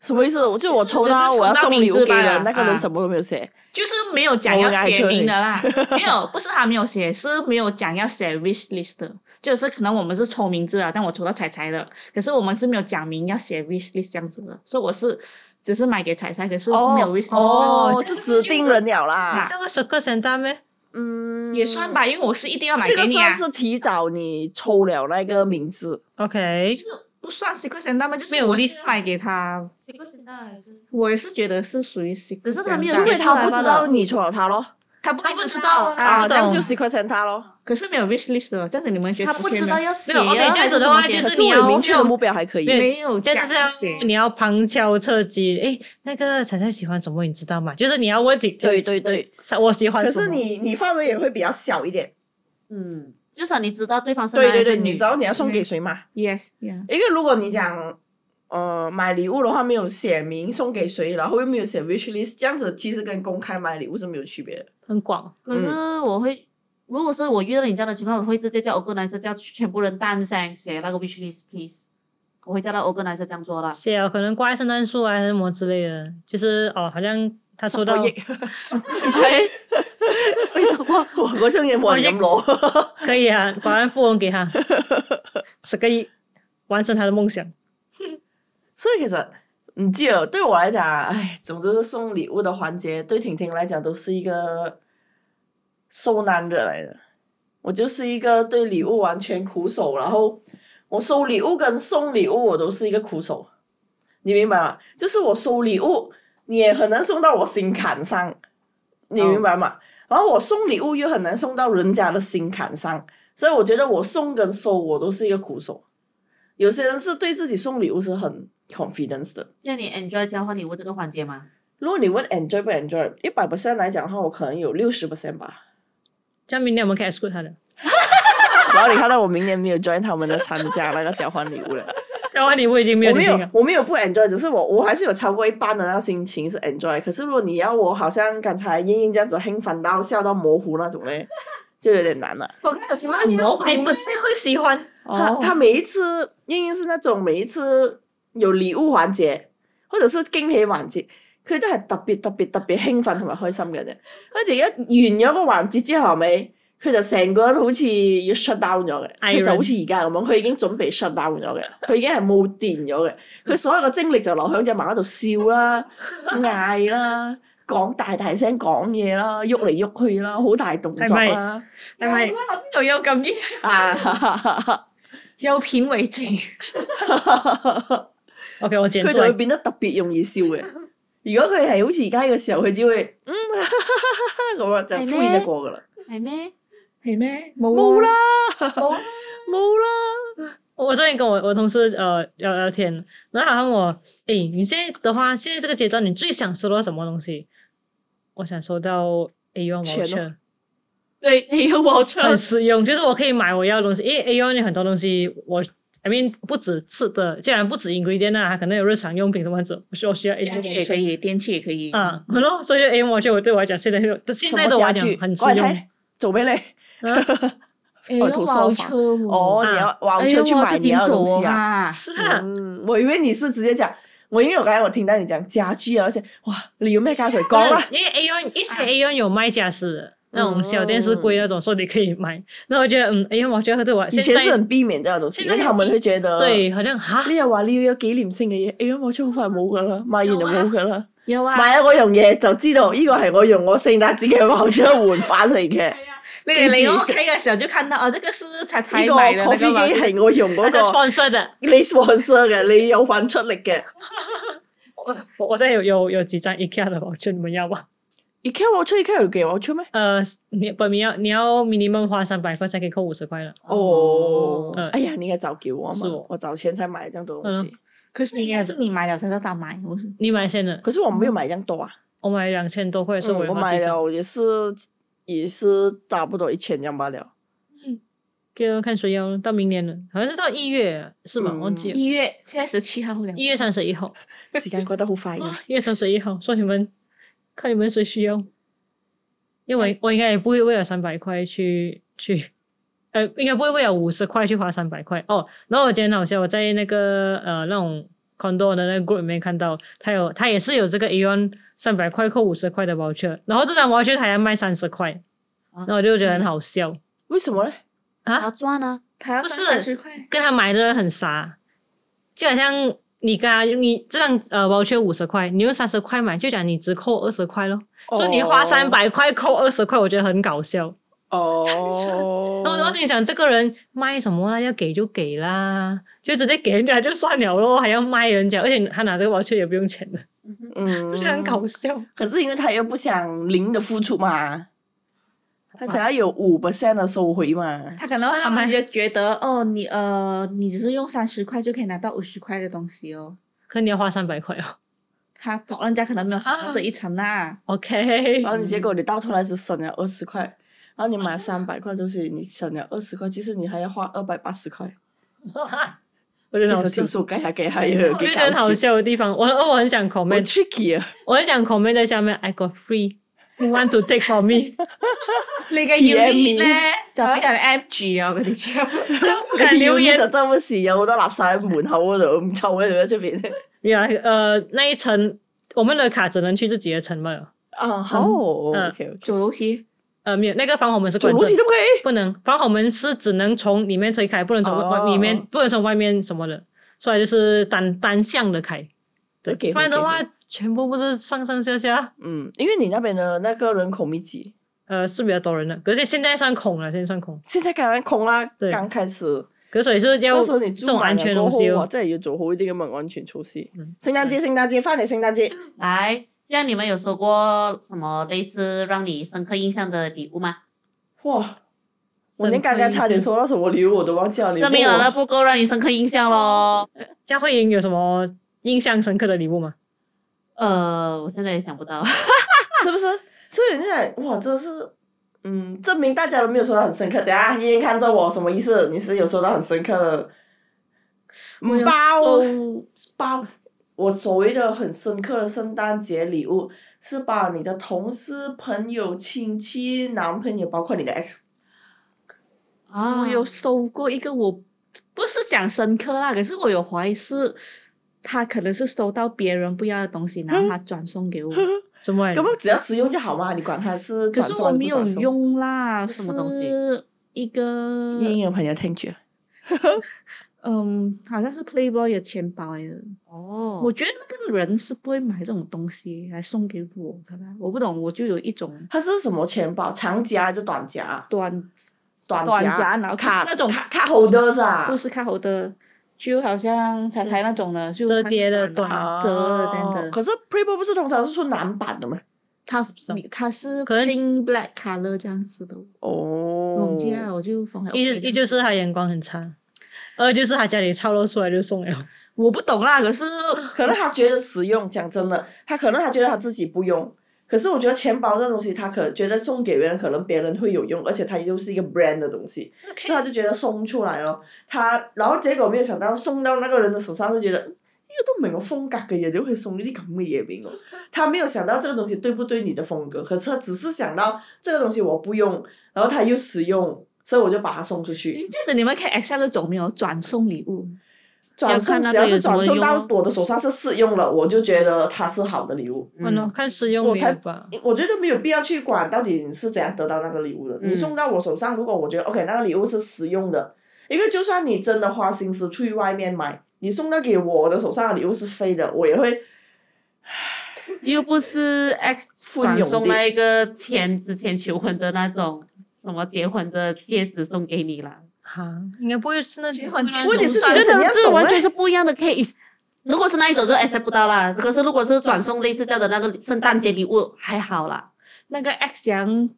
Speaker 3: 什么意思？我就我抽到
Speaker 2: 只是
Speaker 3: 我要送礼物
Speaker 2: 抽
Speaker 3: 给
Speaker 2: 到名字罢
Speaker 3: 人，
Speaker 2: 了
Speaker 3: 那个人
Speaker 2: 啊
Speaker 3: 什么都没有写。，
Speaker 2: 就是没有讲要写明的 啦没有，不是他没有写，是没有讲要写 wish list 的，就是可能我们是抽名字啊，但我抽到彩彩的，可是我们是没有讲明要写 wish list 这样子的，所以我是只是买给彩彩，可是没有 wish list，、
Speaker 3: 哦，
Speaker 4: 哦
Speaker 3: 就
Speaker 4: 这
Speaker 3: 指
Speaker 4: 是啊
Speaker 3: 定人了啦。
Speaker 4: 这个十个圣诞咩？
Speaker 3: 嗯，
Speaker 2: 也算。吧，因为我是一定要买
Speaker 3: 这
Speaker 2: 给
Speaker 3: 个
Speaker 2: 你啊
Speaker 3: 算，是提早你抽了那个名字，
Speaker 4: OK，
Speaker 2: 不算 secret Santa 嘛，就是
Speaker 4: 没有
Speaker 2: 我
Speaker 4: list
Speaker 2: 是买给他，
Speaker 1: 道 Secret Santa 还是
Speaker 2: 我也是觉得是属于 secret，
Speaker 1: 只是他没有
Speaker 3: 除
Speaker 2: Santa
Speaker 3: 非他
Speaker 1: 写出来
Speaker 3: 不
Speaker 1: 罢
Speaker 3: 知
Speaker 1: 了
Speaker 3: 道你抽了他咯。
Speaker 2: 他不他不知
Speaker 1: 道
Speaker 2: 道
Speaker 3: 啊，
Speaker 2: 啊，
Speaker 3: 这样
Speaker 4: 懂
Speaker 3: 就 Secret Santa 咯。
Speaker 2: 可是没有 wish list 的，这样子你们觉得
Speaker 1: 他不
Speaker 2: OK
Speaker 1: 知
Speaker 2: 没
Speaker 1: 道
Speaker 2: 有？
Speaker 1: 要写
Speaker 4: 没有
Speaker 1: 啊，
Speaker 4: ，OK，这样子的
Speaker 1: 还
Speaker 4: 话
Speaker 1: 是怎么写
Speaker 4: 就
Speaker 3: 可
Speaker 4: 是
Speaker 3: 是我有
Speaker 4: 你要
Speaker 3: 明确的
Speaker 4: 就
Speaker 3: 目标还可以。
Speaker 4: 没
Speaker 2: 没有
Speaker 4: 这
Speaker 2: 这样
Speaker 4: 样就是
Speaker 2: 子
Speaker 4: 要
Speaker 2: 写。
Speaker 4: 你要旁敲侧击，诶，那个彩彩喜欢什么，你知道吗？就是你要问你，
Speaker 3: 对对对，
Speaker 4: 我喜欢
Speaker 3: 可
Speaker 4: 什么。
Speaker 3: 是你你范围也会比较小一点。
Speaker 1: 嗯，至少你知道对方是男
Speaker 3: 对
Speaker 1: 还
Speaker 3: 对
Speaker 1: 是
Speaker 3: 对，
Speaker 1: 女
Speaker 3: 你知道你要送给谁嘛？
Speaker 2: Yes, yeah.
Speaker 3: 因为如果你讲，呃，买礼物的话没有写明送给谁，然后又没有写 wish list，这样子其实跟公开买礼物是没有区别的。
Speaker 4: 很广，
Speaker 1: 可是我会，如果是我遇到你这样的情况，我会直接叫 organizer 叫全部人单声写那个 wish list please，我会叫到 organizer 这样做啦。
Speaker 4: 是啊，可能挂在圣诞树啊，还是什么之类的，就是哦，好像他收到
Speaker 3: 十，个亿
Speaker 1: 哎 为什么？
Speaker 3: 我嗰張嘢冇人咁攞，
Speaker 4: 可以啊，百万富翁给他十个亿，完成他的梦想。
Speaker 3: 所以其實唔知啊。對我來講，唉，總之送禮物的環節對婷婷來講都是一個受難者來的。我就是一個對禮物完全苦手，然後我收禮物跟送禮物我都是一個苦手，你明白嗎？就是我收禮物，你也很難送到我心坎上，你明白嗎？然後我送禮物又很難送到人家的心坎上，所以我觉得我送跟收我都是一个苦手。有些人是对自己送礼物是很 confidence 的。
Speaker 1: 这样你 enjoy 交换礼物这个环节吗？
Speaker 3: 如果你问 enjoy 不 enjoy，一百 percent 来讲的话，我可能有六十 percent 吧。
Speaker 4: 这样明天我们可以 exclude 他的
Speaker 3: 然后你看到我明年没有 join 他们的参加那个交换礼物了，
Speaker 4: 交换礼物已 经没有啊
Speaker 3: 我没
Speaker 4: 听
Speaker 3: 有
Speaker 4: 了，
Speaker 3: 我没有不 enjoy，只是我我还是有超过一半的那个心情是 enjoy。可是如果你要我好像刚才英英这样子兴奋到笑到模糊那种嘞，就有点难了。
Speaker 2: 我看有什么我还不是会喜 欢
Speaker 3: 他
Speaker 2: 哦，
Speaker 3: 他每一次英英是那種每一次有禮物環節，或者是驚喜環節，佢都係特別特別特別興奮同埋開心嘅啫。佢哋一完咗個環節之後，咪佢就成個人好似要 shut down 咗嘅，佢就
Speaker 4: Iron
Speaker 3: 好似而家咁樣，佢已經準備 shut down 咗嘅，佢已經係冇電咗嘅，佢所有嘅精力就留喺只馬嗰度笑啦、嗌啦、講大大聲講嘢啦、喐嚟喐去啦、好大動作啦，
Speaker 2: 但係邊度有啊咁 啲
Speaker 3: 啊！哈哈哈哈
Speaker 2: 有片為證？
Speaker 4: OK，我剪
Speaker 3: 佢
Speaker 4: 出
Speaker 3: 就會
Speaker 4: 来。
Speaker 3: 變得特別容易笑嘅。 如果佢係好似而家嘅時候，佢只會嗯 咁啊，就
Speaker 1: 係咩
Speaker 3: 敷衍得過噶啦。
Speaker 1: 系哎咩？
Speaker 2: 係咩？冇
Speaker 3: 冇啦
Speaker 2: 啊，，冇啊
Speaker 3: 冇啦。
Speaker 4: 我我最近跟我我同事呃聊聊天，然后他问我，哎、你现在的话，现在这个阶段你最想收到什么东西？我想收到 A O
Speaker 3: 钱
Speaker 4: v
Speaker 3: 哦
Speaker 4: o
Speaker 1: 对，你有 voucher
Speaker 4: 很实用，就是我可以买我要的东西，因为 A O 有很多东西我。I mean，不止吃的，既然不止 ingredient 啊，它可能有日常用品什么子，我需我需要 A
Speaker 2: 家
Speaker 4: O
Speaker 2: 具也可以，电器也可以。
Speaker 4: 啊，然后所以 A O 就对我来讲，现在就现在对我来讲很实
Speaker 3: 過嚟
Speaker 4: 用。
Speaker 3: 睇，做俾你。
Speaker 4: 啊
Speaker 2: 哎
Speaker 3: 我投
Speaker 2: 包
Speaker 3: 訴法
Speaker 2: 车哦
Speaker 3: 哦，你要
Speaker 1: 哎呦
Speaker 3: 往车去
Speaker 1: 哇
Speaker 3: 買
Speaker 1: 这
Speaker 3: 你要的
Speaker 1: 挺
Speaker 3: 東
Speaker 1: 左
Speaker 3: 西啊。
Speaker 2: 啊，
Speaker 4: 是啊，
Speaker 3: 嗯，我以為你是直接講，我因為我剛才我聽到你講家居啊，而且哇，你有咩家具講
Speaker 4: 不
Speaker 3: 啦
Speaker 4: 是？因为 A N 一
Speaker 3: 啊
Speaker 4: 些 A N 有卖家私
Speaker 3: 哦
Speaker 4: 的那种小电视柜那种，所以你可以买。那我觉得，嗯，A N 我觉得对我
Speaker 3: 以
Speaker 4: 现
Speaker 3: 前是
Speaker 4: 在
Speaker 3: 很呃避免這樣東西，
Speaker 4: 現
Speaker 3: 因
Speaker 4: 在
Speaker 3: 為他們會覺得
Speaker 4: 对，好像哈，
Speaker 3: 你又話你要有紀念性嘅嘢，哎呀，我真係好快冇噶 啦，買完就冇噶啦。
Speaker 2: 有啊，
Speaker 3: 買咗嗰樣嘢就知道呢個係我用我聖誕節嘅 voucher 換返嚟嘅。
Speaker 2: 你
Speaker 3: 記住
Speaker 2: 嚟我屋企嘅時候就看到哦，這個是彩彩
Speaker 3: 呢個
Speaker 2: 買的那
Speaker 3: coffee
Speaker 2: 個嘛
Speaker 3: 機係我用
Speaker 4: 那
Speaker 3: 嗰
Speaker 4: 个
Speaker 3: 個
Speaker 4: sponsor 的，
Speaker 3: 你 sponsor 嘅，你有份出力嘅。
Speaker 4: 我我现在有有有几张 IKEA 的，我觉得你们要吗？
Speaker 3: IKEA voucher IKEA 有嘅 voucher 咩？
Speaker 4: 呃，你不你要你要 minimum 花三百块才可以扣五十块了。
Speaker 3: 哦嗯
Speaker 4: 嗯，
Speaker 3: 哎呀，你應該早叫我
Speaker 4: 是
Speaker 3: 嘛
Speaker 4: 我，
Speaker 3: 我早前才買一張多東西，
Speaker 2: 可是應該是你買了才知道買，我是
Speaker 4: 你买先了，
Speaker 3: 可是我沒有買一張多啊。
Speaker 4: 我买两千多块，所以
Speaker 3: 嗯我
Speaker 4: 要买
Speaker 3: 買
Speaker 4: 几张。
Speaker 3: 了也是也是差不多一千張吧了。
Speaker 4: 就看谁要到明年了，好像是到一月是吧？
Speaker 3: 嗯
Speaker 4: 忘记了，
Speaker 2: 一月现在十七号了
Speaker 4: 一，月三十一号，
Speaker 3: 時間過得好快嘅
Speaker 4: 啊，一月三十一号，说你们看你们谁需要，因为我应该也不会为了三百块去去，呃，应该不会为了五十块去花三百块哦。然后我今天好像我在那个呃那种 condo 的那个 group 里面看到，他有他也是有这个一万三百块扣五十块的 voucher，然后这张 voucher 他要卖三十块，
Speaker 1: 啊
Speaker 4: 然后我就觉得很好笑，
Speaker 3: 為什麼呢？
Speaker 1: 要赚啊！
Speaker 2: 他要
Speaker 4: 不是
Speaker 2: 三十块，
Speaker 4: 跟他买的人很傻，就好像你跟他你这样呃 voucher 五十块，你用三十块买，就讲你只扣二十块咯。所以你花三百块扣二十块，我觉得很搞笑。
Speaker 3: 哦，
Speaker 4: 然后我就想，这个人卖什么啦？要给就给啦，就直接给人家就算了咯，还要卖人家，而且他拿这个包去也不用钱的，
Speaker 3: 嗯，
Speaker 4: 我觉得很搞笑。
Speaker 3: 可是因为他又不想零的付出嘛，他想要有五 percent 的收回
Speaker 4: 嗯
Speaker 3: 嘛。
Speaker 2: 他可能他们就觉得哦，你呃，你只是用三十块就可以拿到五十块的东西哦。
Speaker 4: 可你要花三百块哦。
Speaker 2: 他人家可能没有想到这一层
Speaker 4: 啊
Speaker 2: 啦、
Speaker 4: OK，
Speaker 3: 然后你结果你到头来只省了二十块，然后你买三百块，就是你省了二十块，其实你还要花二百八十块。
Speaker 4: 我觉
Speaker 3: 其
Speaker 4: 得很
Speaker 3: 实
Speaker 4: 好笑
Speaker 3: 就，是我该还给 他也有
Speaker 4: 我觉
Speaker 3: 给
Speaker 4: 得很
Speaker 3: 搞
Speaker 4: 好
Speaker 3: 笑，
Speaker 4: 笑的地方，我哦我很想
Speaker 3: 我
Speaker 4: comment，
Speaker 3: tricky 啊
Speaker 4: 我很想 comment 在下面，I got free。You want to take for me？
Speaker 2: 你嘅
Speaker 3: PM
Speaker 2: 就俾人 M G 啊！我跟你講
Speaker 4: 不敢留言
Speaker 3: 呢就周不時有好多垃圾喺門口嗰度，唔臭喺度喺出邊。
Speaker 4: 没有啊，呃，那一层我们的卡只能去自己的层嘛。
Speaker 3: 啊，好
Speaker 4: 哦嗯
Speaker 3: ，OK，
Speaker 2: 走楼梯，
Speaker 4: 呃，没有，那个防火门是
Speaker 3: 走
Speaker 4: 关
Speaker 3: 樓
Speaker 4: 着
Speaker 3: 梯
Speaker 4: 的，
Speaker 3: 都不可以。
Speaker 4: 不能防火门是只能从里面推开，不能从外
Speaker 3: 哦
Speaker 4: 里面，不能从外面什么的，所以就是单单向的开。对
Speaker 3: OK，OK，
Speaker 4: 不然的话全部不是上上下下，
Speaker 3: 嗯，因為你那邊的那個人口密集，
Speaker 4: 呃，是比较多人的。可是現在算空了，现在算空，
Speaker 3: 現在當然空啦，
Speaker 4: 對
Speaker 3: 剛開始。
Speaker 4: 可是所以是要
Speaker 3: 到時候你
Speaker 4: 这
Speaker 3: 租
Speaker 4: 种
Speaker 3: 埋
Speaker 4: 安
Speaker 3: 嚟
Speaker 4: 全
Speaker 3: 過
Speaker 4: 东西
Speaker 3: 後，哇！
Speaker 4: 哦。
Speaker 3: 真係要做好呢啲咁嘅安全措施。
Speaker 4: 嗯
Speaker 3: 聖誕節，聖誕節，翻嚟聖誕節，
Speaker 1: 来，这样你们有收 过什么类似让你深刻印象的礼物吗？
Speaker 3: 哇！我连刚刚差点收到什么礼物我都忘记了。你
Speaker 1: 证
Speaker 3: 问
Speaker 1: 明了
Speaker 3: 我
Speaker 1: 那不够让你深刻印象咯。
Speaker 4: 佳慧莹有什么印象深刻的礼物吗？
Speaker 1: 呃，我现在也想不到，
Speaker 3: 是不是？所以人家哇，真的是，嗯，证明大家都没有收到很深刻。等一下燕燕看着我，什么意思？你是有收到很深刻的
Speaker 2: 我有
Speaker 3: 嗯包
Speaker 2: 收
Speaker 3: 包？我所谓的很深刻的圣诞节礼物，是把你的同事、朋友、亲戚、男朋友，包括你的 ex，
Speaker 1: 啊
Speaker 2: 我有收过一个我，不是讲深刻啦，可是我有怀疑是，他可能是收到别人不要的东西，然后他转送给我，
Speaker 4: 什么来着
Speaker 3: 根？本只要实用就好嘛，你管他
Speaker 2: 嗯
Speaker 3: 是
Speaker 2: 可
Speaker 3: 转
Speaker 2: 是
Speaker 3: 送
Speaker 2: 我
Speaker 3: 还是
Speaker 2: 没
Speaker 3: 不
Speaker 2: 有
Speaker 3: 转送。
Speaker 2: 用啦，
Speaker 1: 是什么东西？
Speaker 2: 一个
Speaker 3: 燕燕有朋友听觉，
Speaker 2: 嗯，好像是 Playboy 的钱包来的。
Speaker 1: 哦，
Speaker 2: 我觉得那个人是不会买这种东西来送给我的啦，我不懂，我就有一种
Speaker 3: 它是什么钱包？长夹还是短夹？
Speaker 2: 端
Speaker 3: 短
Speaker 2: 短
Speaker 3: 夹，
Speaker 2: 夹然后就是
Speaker 3: 卡
Speaker 2: 那种
Speaker 3: 卡卡 holder 是啊
Speaker 2: 不，是看好的，就好像彩彩那种的，就
Speaker 4: 折叠的
Speaker 2: 短
Speaker 3: 啊
Speaker 2: 折的等等。
Speaker 3: 可是 Prebo 不是通常是出男版的吗？
Speaker 2: 它它是
Speaker 4: 可能
Speaker 2: pink black color 这样子的，我
Speaker 3: 哦
Speaker 2: 唔，知啊，我就放喺
Speaker 4: 一
Speaker 2: 屋企
Speaker 4: 一就是他眼光很差，二就是他家里抄了出来就送了。
Speaker 2: 我不懂啦，可是
Speaker 3: 可能他觉得 实用，讲真的，他可能他觉得他自己不用。可是我觉得钱包这东西，他可觉得送给别人，可能别人会有用，而且它又是一个 brand 的东西所以他就觉得送出来咯。他然后结果没有想到送到那個人的手上，就覺得嗯呢、個都唔係我風格嘅嘢，你會送呢啲咁嘅嘢 俾我。哦他沒有想到這個東西對不對你的風格，可是他只是想到這個東西我不用，然後他又使用，所以我就把它送出去。
Speaker 2: 就是你们可以 accept 这种没有转送礼物，
Speaker 3: 转
Speaker 1: 要看
Speaker 3: 送
Speaker 1: 那
Speaker 3: 只
Speaker 1: 個
Speaker 3: 要
Speaker 1: 有
Speaker 3: 是
Speaker 1: 什麼
Speaker 3: 转送
Speaker 1: 用
Speaker 3: 到我的手上是适用了，我就觉得它是好的礼物。
Speaker 4: 嗯哦，看实用
Speaker 3: 我
Speaker 4: 没
Speaker 3: 才
Speaker 4: 有吧？
Speaker 3: 我觉得没有必要去管到底你是怎样得到那个礼物的。你
Speaker 1: 嗯
Speaker 3: 送到我手上，如果我觉得 OK，那个礼物是实用的，因为就算你真的花心思去外面买，你送到给我的手上的礼物是废的，我也会
Speaker 1: 又不是 X
Speaker 3: 奋勇
Speaker 1: 转
Speaker 3: 地
Speaker 1: 送那一个前之前求婚的那种什么结婚的戒指送给你啦。
Speaker 4: 哈，应该不会是那
Speaker 2: 结婚戒指
Speaker 3: 问题是
Speaker 1: 我
Speaker 3: 你
Speaker 1: 觉
Speaker 3: 怎
Speaker 1: 得
Speaker 3: 样
Speaker 1: 这
Speaker 3: 懂
Speaker 1: 完
Speaker 3: 嘞
Speaker 1: 全是不一样的 case。如果是那一种就 accept 不到啦，可是如果是转送类似这样的那个圣诞节礼物还好啦。
Speaker 2: 那个 X 阳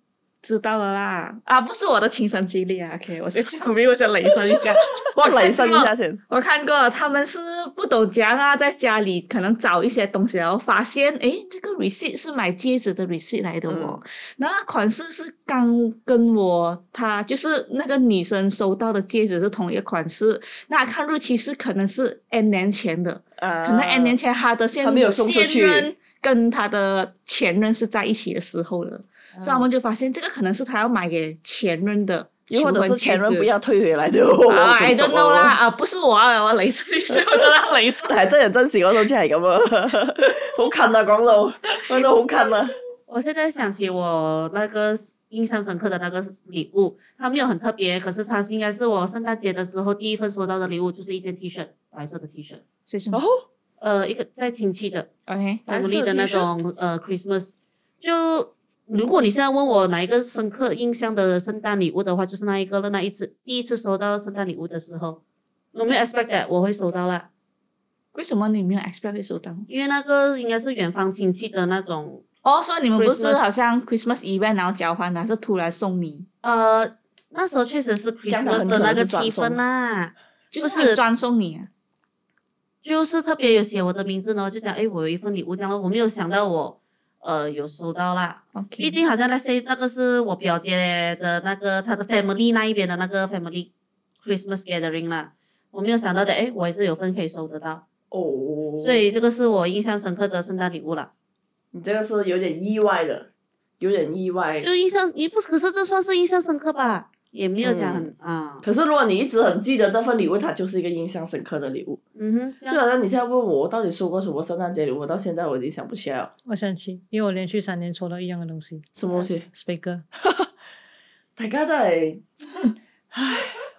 Speaker 2: 知道了啦，啊，不是我的亲身经历啊，OK，我先讲明，我先雷声一 下，我
Speaker 3: 冷声
Speaker 2: 看
Speaker 3: 一
Speaker 2: 过
Speaker 3: 下先。
Speaker 2: 我看过，他们是不懂讲啊，在家里可能找一些东西，然后发现，诶，这个 receipt 是买戒指的 receipt 来的哦。
Speaker 3: 嗯
Speaker 2: 那款式是刚跟我他就是那个女生收到的戒指是同一个款式，那看日期是可能是 N 年前的，
Speaker 3: 啊，
Speaker 2: 可能 N 年前他的现
Speaker 3: 他没有送出去
Speaker 2: 现任跟他的前任是在一起的时候了，
Speaker 3: 啊
Speaker 2: 所以他们就发现这个可能是他要买给前任的求
Speaker 3: 又
Speaker 2: 婚
Speaker 3: 或
Speaker 2: 戒指，
Speaker 3: 者是前任不要退回来的，哦 我
Speaker 2: 啊
Speaker 3: 就
Speaker 2: ，I
Speaker 3: 懂
Speaker 2: don't
Speaker 3: 了
Speaker 2: know 啦，。啊，不是我啊， 我雷射，所以我真係雷射。
Speaker 3: 係真人真事嗰種真係咁啊，好近啊講到，講到好近啊。
Speaker 1: 我现在想起我那个印象深刻的那个礼物，它没有很特别，可是它应该是我圣诞节的时候第一份收到的礼物，就是一件 T 恤，白色的 T 恤，
Speaker 2: 所以
Speaker 3: 然后
Speaker 1: 呃，一个在亲戚的，
Speaker 2: ，OK，
Speaker 3: 白色
Speaker 1: family 的那
Speaker 3: T 恤
Speaker 1: 种呃 Christmas。就如果你现在问我哪一个深刻印象的圣诞礼物的话，就是那一个了。那一次第一次收到圣诞礼物的时候，我没有 expect that 我会收到啦，
Speaker 2: 为什么你没有 expect 会收到？
Speaker 1: 因为那个应该是远方亲戚的那种，
Speaker 2: 哦，所以你们不是
Speaker 1: Christmas
Speaker 2: 好像 Christmas event 然后交换的，还是突然送你，
Speaker 1: 呃，那时候确实是
Speaker 3: 样它
Speaker 1: Christmas
Speaker 3: 很
Speaker 1: 的
Speaker 3: 可
Speaker 1: 那
Speaker 3: 能
Speaker 1: 个
Speaker 3: 是转
Speaker 1: 气
Speaker 3: 送
Speaker 1: 氛啊啦、
Speaker 2: 就是
Speaker 1: 不是
Speaker 2: 他专送你啊？
Speaker 1: 就是特别有写我的名字呢，就讲诶，我有一份礼物这样咯，我没有想到我呃有收到啦。
Speaker 2: OK
Speaker 1: 毕竟好像那些那个是我表姐的那个她的 family 那一边的那个 family Christmas gathering 啦，我没有想到的，诶，我也是有份可以收得到，
Speaker 3: 哦，
Speaker 1: 所以这个是我印象深刻的圣诞礼物了。
Speaker 3: 你这个是有点意外的，有点意外。
Speaker 1: 就印象，你不可是这算是印象深刻吧？也没有讲很啊，
Speaker 3: 可是如果你一直很记得这份礼物，它就是一个印象深刻的礼物。
Speaker 1: 嗯哼，这样
Speaker 3: 就好像你现在问我，我到底收过什么圣诞节礼物，我到现在我已经想不起来了，
Speaker 4: 我想起，因为我连续三年抽到一样的东西
Speaker 3: 什么东
Speaker 4: 啊
Speaker 3: 西？
Speaker 4: ，speaker。
Speaker 3: 大家真係，唉，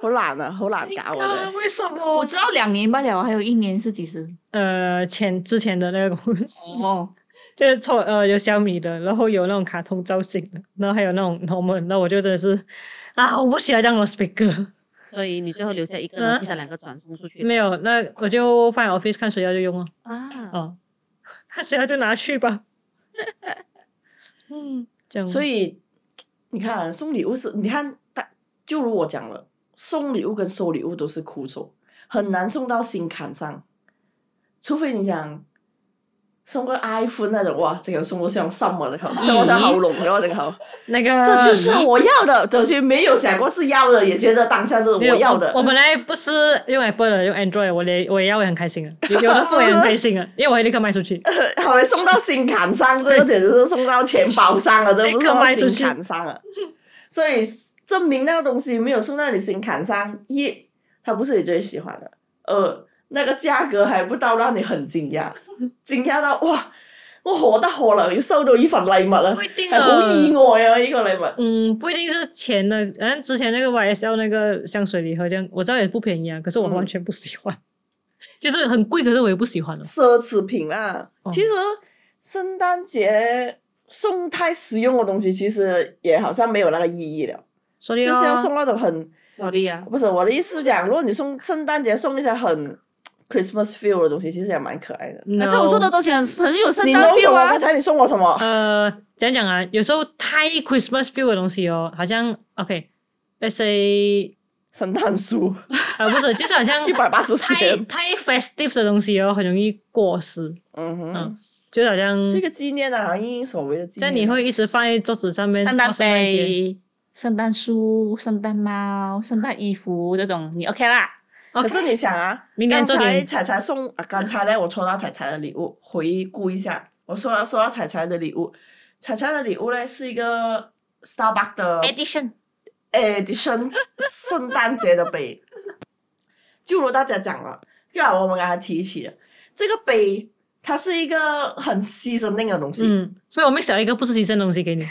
Speaker 3: 好難啊，好難 搞啊！
Speaker 4: 为什
Speaker 2: 我
Speaker 4: 么？
Speaker 2: 知道两年不了，还有一年是几时？
Speaker 4: 呃，前之前的那个公司，
Speaker 2: 哦，
Speaker 4: 就是抽呃有小米的，然后有那种卡通造型的，然后还有那种 normal，那我就真的是啊，我不喜欢这样的 speaker。
Speaker 1: 所以你最后留下一个，
Speaker 4: 啊
Speaker 1: 呢，其他两个转送出去
Speaker 4: 没有，那我就放在 office 看谁要就用了。
Speaker 1: 啊。
Speaker 4: 哦，看谁要就拿去吧。嗯，这样。
Speaker 3: 所以你看、啊、送礼物是，你看大就如我讲了，送礼物跟收礼物都是苦手，很难送到心坎上，除非你想。送个 iPhone 那种，哇，这个送我想心啊，这个，送我想喉咙，然后这个，
Speaker 4: 呃那个
Speaker 3: 这就是我要的，但是没有想过是要的，也觉得当下是我
Speaker 4: 没有
Speaker 3: 要的。
Speaker 4: 我。我本来不是用 Apple 的，用 Android，我连我也要，我也很开心的，有有的送我 也很开心的，因为我会立刻卖出去。
Speaker 3: 还会呃送到心坎上，这个简直是送到钱包上了，这不 是送到心坎上了。所以证明那个东西没有送到你心坎上，一，它不是你最喜欢的；二，那个价格还不到让你很惊 讶，惊讶到哇，我何德何能收到呢份禮物啊
Speaker 4: 不一！定
Speaker 3: 係好意
Speaker 4: 啊，
Speaker 3: 外啊，呢、個禮物。
Speaker 4: 嗯，不一定是钱的，反正之前那个 YSL 那个香水礼盒，这样我知道也不便宜啊，可是我
Speaker 3: 嗯
Speaker 4: 完全不喜欢，就是很贵，可是我也不喜欢了。啊
Speaker 3: 奢侈品啦。
Speaker 4: 哦
Speaker 3: 其实圣诞节送太实用的东西，其实也好像没有那个意义了，
Speaker 4: 所
Speaker 3: 就
Speaker 4: 以
Speaker 3: 是
Speaker 4: 哦
Speaker 3: 要送那种很
Speaker 1: sorry 啊，
Speaker 3: 不是我的意思讲，如果你送圣诞节送一些很 Christmas feel 的东西，其实也蛮可爱的。
Speaker 1: 反
Speaker 4: No
Speaker 1: 正我说的东西很很有圣
Speaker 3: 你
Speaker 1: 诞
Speaker 3: 弄什
Speaker 1: feel
Speaker 3: 么？
Speaker 1: 啊
Speaker 3: 刚。才你送我什么？
Speaker 4: 呃，讲讲啊，有时候太 Christmas feel 的东西哦，好像 OK，let's、say，
Speaker 3: 圣诞树，
Speaker 4: 呃，不是，就是好 像
Speaker 3: 一百八十四
Speaker 4: 太太 festive 的东西哦，很容易过时，
Speaker 3: 嗯哼
Speaker 4: 嗯，就是好像
Speaker 3: 这个纪念啊，好像意义所谓的纪
Speaker 4: 这
Speaker 3: 念。
Speaker 4: 样你会一直放在桌子上面，
Speaker 2: 圣诞
Speaker 4: 到圣诞节
Speaker 2: 杯、圣诞树、圣诞猫、圣诞衣服这种，你 OK 啦？
Speaker 3: 可是你想啊，
Speaker 4: 明年
Speaker 3: 刚
Speaker 4: 做
Speaker 3: 才
Speaker 4: 点
Speaker 3: 彩彩送啊，刚才呢，我抽到彩彩的礼物，回顾一下，我收到收到彩彩的礼物，彩彩的礼物呢是一个 Starbucks 的
Speaker 2: edition，
Speaker 3: edition 圣诞节的杯， 就如大家讲了，就好我们刚才提起的这个杯，它是一个很牺牲那个东西，
Speaker 4: 嗯，所以我们少一个不是牺牲的东西给你，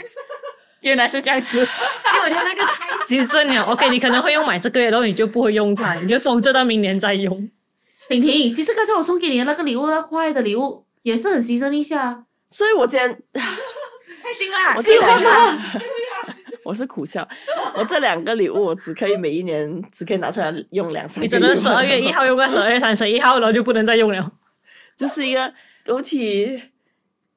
Speaker 2: 原来是这样 子。
Speaker 4: 因为我觉得那个太牺牲了。OK，你可能会用买这个，然后你就不会用它，你就送这到明年再用。
Speaker 1: 婷婷，其实刚才我送给你的那个礼物，那坏的礼物也是很牺牲一下。
Speaker 3: 所以我今天
Speaker 2: 开心啦
Speaker 3: 我！这两
Speaker 1: 喜欢
Speaker 3: 个 我是苦笑，我这两个礼物我只可以每一年只可以拿出来用两三个
Speaker 4: 你
Speaker 3: 月，
Speaker 4: 只能十二月一号用到十二月三十一号，然后就不能再用了。
Speaker 3: 就是一個好似雞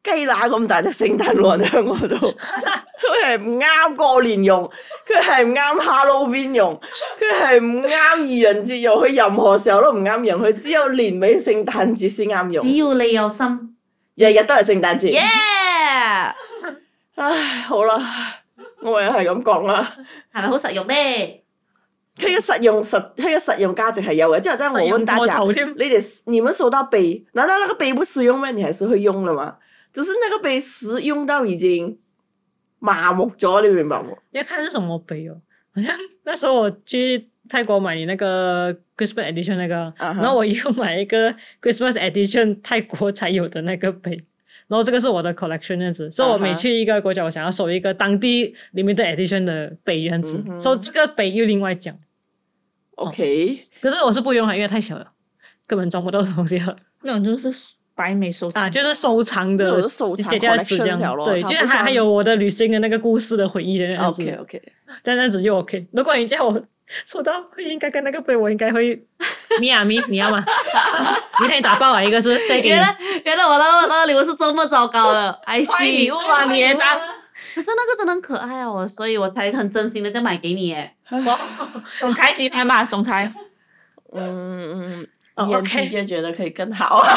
Speaker 3: 乸咁大隻聖誕老人喺我度，佢係唔啱過年用，佢係唔啱 Halloween 用，佢係唔啱二人節用，佢任何時候都唔啱用，佢只有年尾聖誕節先啱
Speaker 1: 只
Speaker 3: 用，
Speaker 1: 要你有心
Speaker 3: 日日都係聖誕節。
Speaker 1: ，yeah，
Speaker 3: 唉，好啦，我又係咁講啦。
Speaker 1: 係咪好實用咧？
Speaker 3: 佢嘅實用實，佢嘅實用價值係有嘅。即係真係我問大啊家，
Speaker 4: 我頭添
Speaker 3: 你哋你们收到杯，难道那个杯不实用吗？你还是会用的嘛？只是那个杯实用到已经麻木咗，你明白冇？
Speaker 4: 要看是什么杯哦。好像那时候我去泰国买你那个 Christmas Edition 那个
Speaker 3: 啊哈
Speaker 4: 然后我又买一个 Christmas Edition 泰国才有的那个杯，然后这个是我的 collection 这样子，所以我每
Speaker 3: 啊哈
Speaker 4: 去一个国家，我想要收一个当地 limited edition 的杯这样子
Speaker 3: 嗯，哼
Speaker 4: 所以这个杯又另外讲。
Speaker 3: OK，
Speaker 4: 可是我是不用它，因为太小了，根本装不到东西了
Speaker 2: 那种就是白美收藏
Speaker 4: 啊，就是收藏
Speaker 3: 这种
Speaker 4: 的
Speaker 3: 是收藏
Speaker 4: 姐姐的纸
Speaker 3: collection
Speaker 4: 这
Speaker 3: 小
Speaker 4: 样，
Speaker 3: 咯
Speaker 4: 对，
Speaker 3: 它不
Speaker 4: 就是还
Speaker 3: 算
Speaker 4: 还有我的旅行的那个故事的回忆的那样子。
Speaker 3: OK，
Speaker 4: 这样子就 OK。如果你叫我说到会应该跟那个杯，我应该会咪呀咪，你要吗？你看你打爆啊，一个是谁给你
Speaker 1: 原？来原来我那个那个礼物是这么糟糕的，I
Speaker 2: 坏
Speaker 1: see。
Speaker 2: 礼物啊，你也当
Speaker 1: 可是那个真的很可爱啊，我所以我才很真心的在买给你耶。
Speaker 2: 总裁喜欢吧？总 裁，
Speaker 3: 嗯嗯
Speaker 2: 哦
Speaker 3: 嗯，眼
Speaker 2: OK
Speaker 3: 睛就觉得可以更好。啊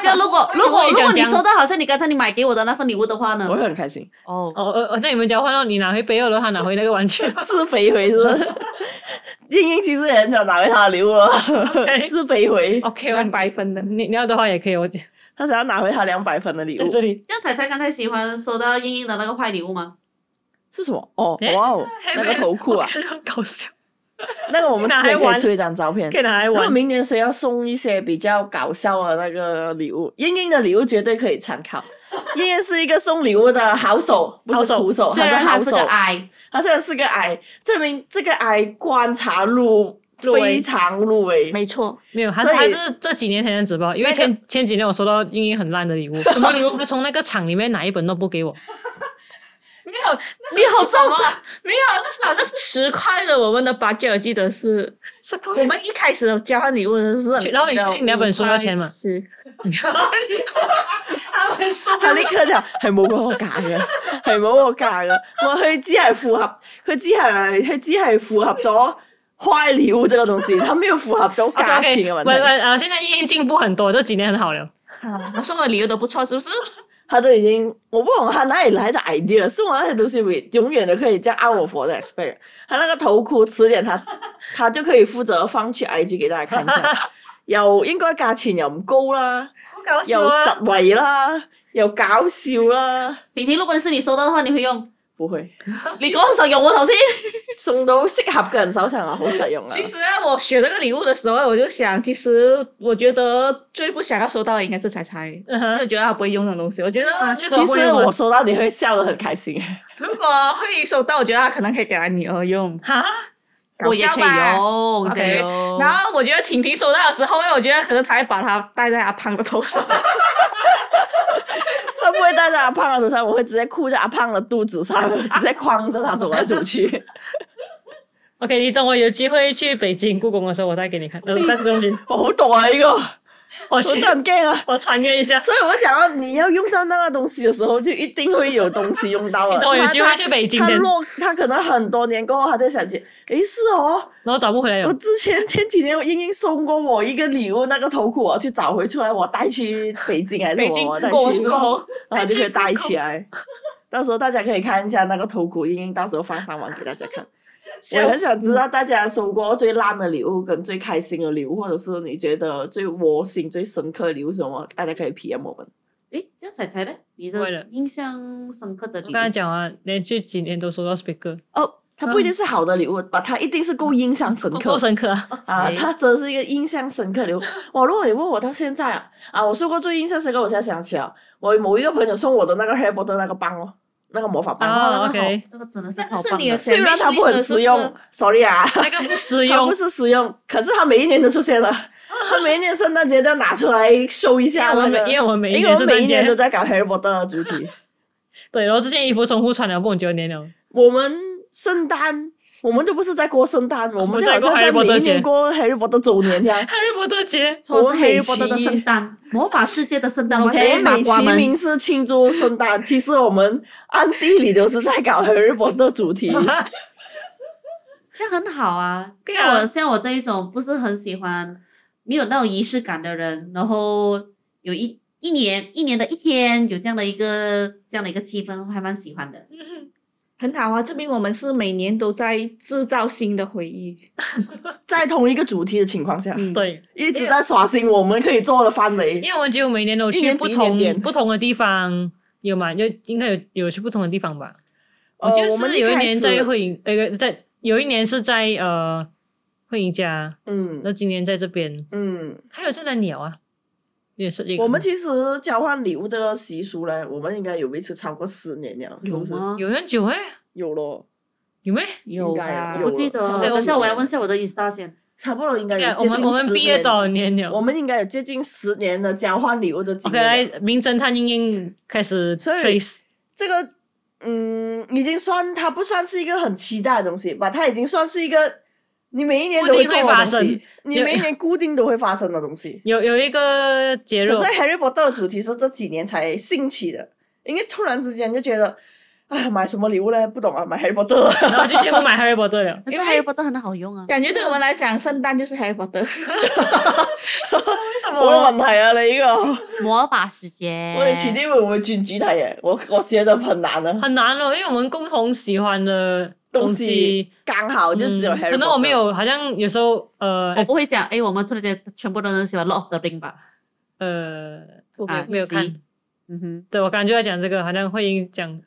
Speaker 1: 这样如果如
Speaker 4: 我
Speaker 1: 果
Speaker 4: 也
Speaker 1: 如
Speaker 4: 想
Speaker 1: 果你
Speaker 4: 讲
Speaker 1: 收到好像你刚才你买给我的那份礼物的话呢
Speaker 4: 嗯
Speaker 3: 我？会很开心，
Speaker 1: 哦，
Speaker 4: 哦，我我叫你们交换哦，你拿回杯二楼，他拿回那个玩具。
Speaker 3: 自肥回是不
Speaker 4: 嗯
Speaker 3: 是。英英其实也很想拿回他的礼物哦，自肥回，
Speaker 2: OK，我白分的。
Speaker 4: 你你要的话也可以，我在
Speaker 3: 他想要拿回他两百分的礼物
Speaker 4: 这里。
Speaker 1: 这样彩彩刚才喜欢收到英英的那个坏礼物吗？
Speaker 3: 是什么？哦，
Speaker 4: 诶
Speaker 3: 哇 哦，那个头裤啊，
Speaker 4: 很搞笑，
Speaker 3: 那个我们之前可以出一张照片
Speaker 4: 可。以拿来
Speaker 3: 如果
Speaker 4: 玩。
Speaker 3: 明年谁要送一些比较搞笑的那个礼物，英英的礼物绝对可以参考。英英是一个送礼物的好手，不是苦手，
Speaker 1: 虽
Speaker 3: 她是
Speaker 1: 然他
Speaker 3: 哦好
Speaker 1: 是
Speaker 3: 手
Speaker 1: 个。I，
Speaker 3: 她虽然是个癌，证明这个癌观察入
Speaker 4: 入围
Speaker 3: 非常入围。
Speaker 2: 没错，
Speaker 4: 没有，还是
Speaker 3: 所
Speaker 4: 还
Speaker 3: 以
Speaker 4: 是这几年才能直播，因
Speaker 3: 那
Speaker 4: 为
Speaker 3: 个
Speaker 4: 前 前几年我收到英英很烂的礼物，什么礼物？他从那个厂里面拿一本 notebook 给我，
Speaker 2: 没有，
Speaker 1: 你好
Speaker 2: 重啊！没有，那是好像是十块的。我们的 budget 我记得是，
Speaker 4: 是贵
Speaker 2: 我们一开始交换礼物的是，
Speaker 4: 然后你确定那本书要钱吗？
Speaker 2: 是，那本书
Speaker 3: 佢呢個就係冇嗰個價嘅，係冇嗰個價嘅。我話佢只係符合，佢只係佢只係符合咗開料這個東西，他沒有符合咗價錢嘅問
Speaker 4: OK，OK，喂
Speaker 3: 題。
Speaker 4: 喂啊！现在已经进步很多，这几年很好 了。
Speaker 2: 我送的礼物都不错，是不是？
Speaker 3: 他都已經，我不懂他哪裡來的 idea，送我那些東西永遠都可以這樣 out of 我的 expect。他那個頭箍遲點他 他就可以負責放去 IG 給大家看一 下，又應該價錢又唔高啦，
Speaker 2: 好搞啊
Speaker 3: 又實惠啦，又搞笑啦，
Speaker 1: 婷婷，如果你是你收到的话，你会用？
Speaker 3: 不會
Speaker 1: 你讲实用我头先。
Speaker 3: 送到適合嘅人手上啊，好實用啊。
Speaker 2: 其实呢，我选这个礼物的时候，我就想，其实我觉得最不想要收到的应该是彩彩，因
Speaker 4: 嗯哼
Speaker 2: 为我觉得他不会用的东西。我觉得啊就
Speaker 3: 其
Speaker 2: 是
Speaker 3: 实我收到你会笑得很开 心，
Speaker 2: 如果会收到，我觉得他可能可以给他女儿用，
Speaker 4: 哈，
Speaker 1: 我也可以
Speaker 2: 搞笑吧。
Speaker 1: 用，
Speaker 2: OK，
Speaker 1: 可以用。
Speaker 2: 然后我觉得婷婷收到的时候，我觉得可能她会把它戴在阿胖的头上。
Speaker 3: 他不会戴在阿胖的头上，我会直接哭在阿胖的肚子上，直接框着他走来走去。
Speaker 4: OK，你等我有机会去北京故宫的时候，我再给你 看。呃，带故宫去，
Speaker 3: 我好懂啊，一个，我
Speaker 4: 我
Speaker 3: 真，
Speaker 4: 去
Speaker 3: 的很 gay 啊。
Speaker 4: 我穿越一下。
Speaker 3: 所以我讲到你要用到那个东西的时候，就一定会有东西 用到了。
Speaker 4: 等我哦有
Speaker 3: 他
Speaker 4: 机会去北京
Speaker 3: 他
Speaker 4: 先，
Speaker 3: 落，他可能很多年过后，他就想起，诶，是哦，
Speaker 4: 然后找不回来
Speaker 3: 我
Speaker 4: 了。
Speaker 3: 之前前几年我英英送过我一个礼物，那个头箍我去找回出来，我带去北京还是
Speaker 2: 北京
Speaker 3: 我
Speaker 2: 故
Speaker 3: 带去
Speaker 2: 宫的时 候，
Speaker 3: 然后就可以
Speaker 2: 戴
Speaker 3: 戴
Speaker 2: 去
Speaker 3: 起来。到时候大家可以看一下那个头骨，英英到时候放上网给大家 看。我也很想知道大家收过最烂的礼物跟最开心的礼物，或者是你觉得最窝心、最深刻的礼物是什么？大家可以 PM 我们。
Speaker 1: 诶，这样彩彩呢？你
Speaker 4: 会了
Speaker 1: 的印象深刻的礼
Speaker 4: 我
Speaker 1: 物
Speaker 4: 刚才讲啊，连续几年都收到 speaker，
Speaker 1: 哦，
Speaker 3: 它不一定是好的礼物，把它一定是够印象深
Speaker 4: 嗯够
Speaker 3: 刻
Speaker 4: 够 深刻啊！
Speaker 3: 啊！
Speaker 1: OK
Speaker 3: 它真是一个印象深刻的礼物。哇，如果你问我到现在啊，啊，我收过最印象深刻，我现在想起了我某一个朋友送我的那个 Harry Potter 那个棒哦，那个魔法棒
Speaker 4: 啊
Speaker 3: 哦，
Speaker 1: 哇那个好
Speaker 4: OK
Speaker 1: 这个真的是
Speaker 2: 那个
Speaker 1: 超
Speaker 2: 是
Speaker 1: 棒
Speaker 2: 你的
Speaker 1: 的。
Speaker 3: 虽然它不很实用，sorry 啊。
Speaker 4: 那个不实
Speaker 3: 它
Speaker 4: 用
Speaker 3: 不，是实用，可是它每一年都出现 了，它每一年圣诞节都要拿出来秀一
Speaker 4: 因为
Speaker 3: 下
Speaker 4: 我
Speaker 3: 那
Speaker 4: 们每
Speaker 3: 个，
Speaker 4: 因为我们每一
Speaker 3: 因为
Speaker 4: 年
Speaker 3: 我
Speaker 4: 圣
Speaker 3: 们每
Speaker 4: 诞
Speaker 3: 一
Speaker 4: 节
Speaker 3: 年都在搞 Harry Potter 的主题。
Speaker 4: 对，然后这件衣服重复穿了不懂九年了。
Speaker 3: 我们圣诞，我们都不是在过圣诞，我们就好像在每一年过 Harry Potter 周年一样。
Speaker 4: 哈利波特节，
Speaker 1: 错
Speaker 3: 我
Speaker 1: 是
Speaker 3: 们
Speaker 1: 黑
Speaker 3: 每
Speaker 1: 波特的
Speaker 3: 期
Speaker 1: 圣诞，魔法世界的圣诞。
Speaker 3: 我们
Speaker 1: OK，麻
Speaker 3: 美
Speaker 1: 瓜
Speaker 3: 其
Speaker 1: 们。
Speaker 3: 名是庆祝圣诞，其实我们暗地里都是在搞 Harry Potter 主 题。
Speaker 1: 这样很好啊。
Speaker 4: 对
Speaker 1: 像
Speaker 4: 啊
Speaker 1: 我像我这一种不是很喜欢没有那种仪式感的人，然后有一一年一年的一天有这样的一个这样的一个气氛，我还蛮喜欢的。
Speaker 2: 很好啊，证明我们是每年都在制造新的回忆。
Speaker 3: 在同一个主题的情况下，
Speaker 1: 嗯，
Speaker 4: 对，
Speaker 3: 一直在刷新我们可以做的范围。
Speaker 4: 因为我们只有每年都有
Speaker 3: 一
Speaker 4: 去
Speaker 3: 年
Speaker 4: 不
Speaker 3: 比一
Speaker 4: 同
Speaker 3: 年点
Speaker 4: 不同的地方，有嘛？就应该有有去不同的地方吧。
Speaker 3: 呃，
Speaker 4: 就
Speaker 3: 我们
Speaker 4: 是有一
Speaker 3: 开
Speaker 4: 年
Speaker 3: 始
Speaker 4: 在惠影，那个在有一年是在呃惠影家，
Speaker 3: 嗯
Speaker 4: 那今年在这边，
Speaker 3: 嗯，
Speaker 4: 还有在哪里啊？也是一个
Speaker 3: 我们其实交换礼物这个习俗呢，我们应该有维持超过十年了，是
Speaker 1: 有啊
Speaker 3: 不是？
Speaker 1: 吗？
Speaker 4: 有很久哎，
Speaker 3: 有咯，
Speaker 4: 有没？
Speaker 2: 有
Speaker 3: 应该
Speaker 2: 啊，
Speaker 3: 有
Speaker 1: 不记得
Speaker 3: 差不
Speaker 1: 了。
Speaker 3: 多
Speaker 1: 等下我要问一
Speaker 3: 十
Speaker 1: 下我的 Insta 先。
Speaker 3: 差不多应该有
Speaker 4: 对，
Speaker 3: 呃接
Speaker 4: 我
Speaker 3: 近
Speaker 4: 们我们
Speaker 3: 10
Speaker 4: 毕业
Speaker 3: 年
Speaker 4: 多少年了
Speaker 3: 我们应该有接近十年的交换礼物的经
Speaker 4: ？OK，
Speaker 3: 验了。
Speaker 4: 来，名侦探英英开始
Speaker 3: 所以
Speaker 4: trace，
Speaker 3: 这个嗯，已经算它不算是一个很期待的东西吧，它已经算是一个你每一年都做
Speaker 4: 固定会发
Speaker 3: 的东
Speaker 4: 生
Speaker 3: 西，你每一年固定都会发生的东 西。
Speaker 4: 有有一个节日
Speaker 3: 可，是 Harry Potter 的主题是这几年才兴起的，因为突然之间就觉得，哎，买什么礼物呢？不懂啊，买 Harry Potter 啊。
Speaker 4: 然后就全部买 Harry Potter 了。
Speaker 1: 可是
Speaker 2: 因为
Speaker 1: Harry Potter 很好用啊。
Speaker 2: 感觉对我们来讲，圣诞就是 Harry Potter。
Speaker 4: 为什
Speaker 3: 冇乜問題啊！你 呢、
Speaker 1: 魔法世界
Speaker 3: 個，我哋遲啲會唔會轉主題嘅？我我覺得很難啊，
Speaker 4: 很难哦了，因为我们共同喜欢的
Speaker 3: 東
Speaker 4: 西
Speaker 3: 西，剛好就只有
Speaker 4: 嗯
Speaker 3: Harry、哦
Speaker 4: 可能我们，有，好像有时候呃
Speaker 1: 我不会讲。哎，我们突然间全部都很喜欢 Lord of the Ring 吧？
Speaker 4: 呃，我
Speaker 1: 啊
Speaker 4: 没有看。
Speaker 1: 行嗯哼，
Speaker 4: 对，我刚刚就在讲这个，好像会讲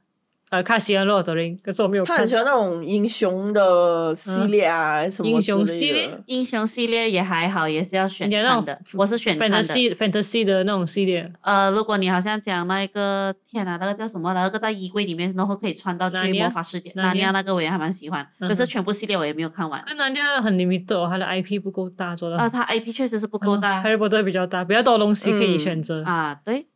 Speaker 4: 呃，看《西安洛德林》，可是我没有
Speaker 3: 他
Speaker 4: 看
Speaker 3: 很喜。欢那種英雄的系列啊，什麼
Speaker 4: 嗯英雄
Speaker 3: 之類
Speaker 4: 系列
Speaker 3: 的
Speaker 1: 英雄系列也还好，也是要选
Speaker 4: 你那
Speaker 1: 看
Speaker 4: 种
Speaker 1: 的。我是选看的。
Speaker 4: fantasy fantasy 的那种系列，
Speaker 1: 呃，如果你好像讲那个天啊哪，那个叫什么？那个在衣柜里面，然后可以穿到
Speaker 4: 哪
Speaker 1: 去
Speaker 4: 里啊
Speaker 1: 魔法世界，
Speaker 4: 哪
Speaker 1: 那
Speaker 4: 里
Speaker 1: 尼
Speaker 4: 啊
Speaker 1: 亚那个我也还蛮喜欢，可
Speaker 4: 嗯
Speaker 1: 是
Speaker 4: 哼嗯
Speaker 1: 全部系列我也没有看完。呃
Speaker 4: 那男的很 limited，、哦、他的 IP 不够大，做到
Speaker 1: 啊，它 IP 确实是不够大嗯
Speaker 4: ，Harry Potter 比较大，比较多东西可以选择。
Speaker 1: 啊，对，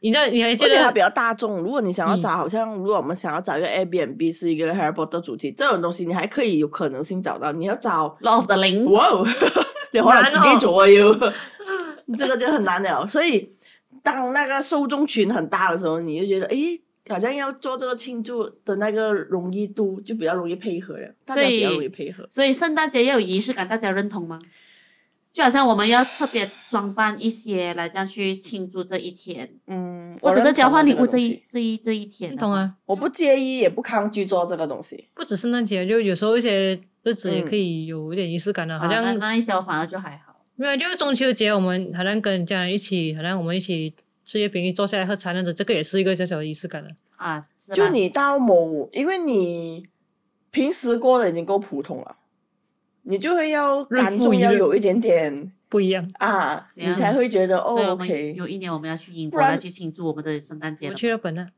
Speaker 4: 你知道你还记
Speaker 3: 而且它
Speaker 4: 得
Speaker 3: 比较大众。如果你想要
Speaker 4: 嗯
Speaker 3: 找，好像如果我们想要找一个 Airbnb 是一个 Harry Potter 主题这种东西，你还可以有可能性找到。你要找
Speaker 1: ，Lord of the Ring，
Speaker 3: 哇哦，你可能自己
Speaker 2: 难哦
Speaker 3: 做啊要，这个就很难了。所以当那个受众群很大的时候，你就觉得诶，好像要做这个庆祝的那个容易度就比较容易配合了，大家
Speaker 1: 所以
Speaker 3: 比较容易配合。
Speaker 1: 所以圣诞节要有仪式感，大家认同吗？就好像我们要特别装扮一些来这样去庆祝这一天，
Speaker 3: 嗯，
Speaker 1: 或者
Speaker 3: 我认
Speaker 1: 是
Speaker 3: 同
Speaker 1: 交换礼物
Speaker 3: 个
Speaker 1: 这
Speaker 3: 东西
Speaker 1: 一，这一这一天、
Speaker 4: 你懂，啊？
Speaker 3: 我不介意也不抗拒做这个东西。
Speaker 4: 不只是那节，就有时候一些日子也
Speaker 3: 嗯
Speaker 4: 可以有一点仪式感的、
Speaker 1: 啊
Speaker 4: 好像、
Speaker 1: 那那一些我反而就还好。
Speaker 4: 没有，就是中秋节我们好像跟家人一起，好像我们一起吃月饼，一坐下来喝茶那样子，这个也是一个小小的仪式感了。
Speaker 1: 啊，是吧
Speaker 3: 就你到某，因为你平时过得已经够普通了，你就会要
Speaker 4: 日
Speaker 3: 感
Speaker 4: 复
Speaker 3: 中
Speaker 4: 一
Speaker 3: 要
Speaker 4: 日
Speaker 3: 有一点点
Speaker 4: 不一样。
Speaker 3: 啊，
Speaker 1: 怎
Speaker 3: 你
Speaker 1: 样
Speaker 3: 才会觉得哦
Speaker 1: 所以我们
Speaker 3: ，OK，
Speaker 1: 有一年我们要去英
Speaker 3: 不
Speaker 1: 国
Speaker 3: 然
Speaker 1: 来去庆祝我们的圣诞节
Speaker 4: 我
Speaker 1: 了。
Speaker 4: 去日本啊了，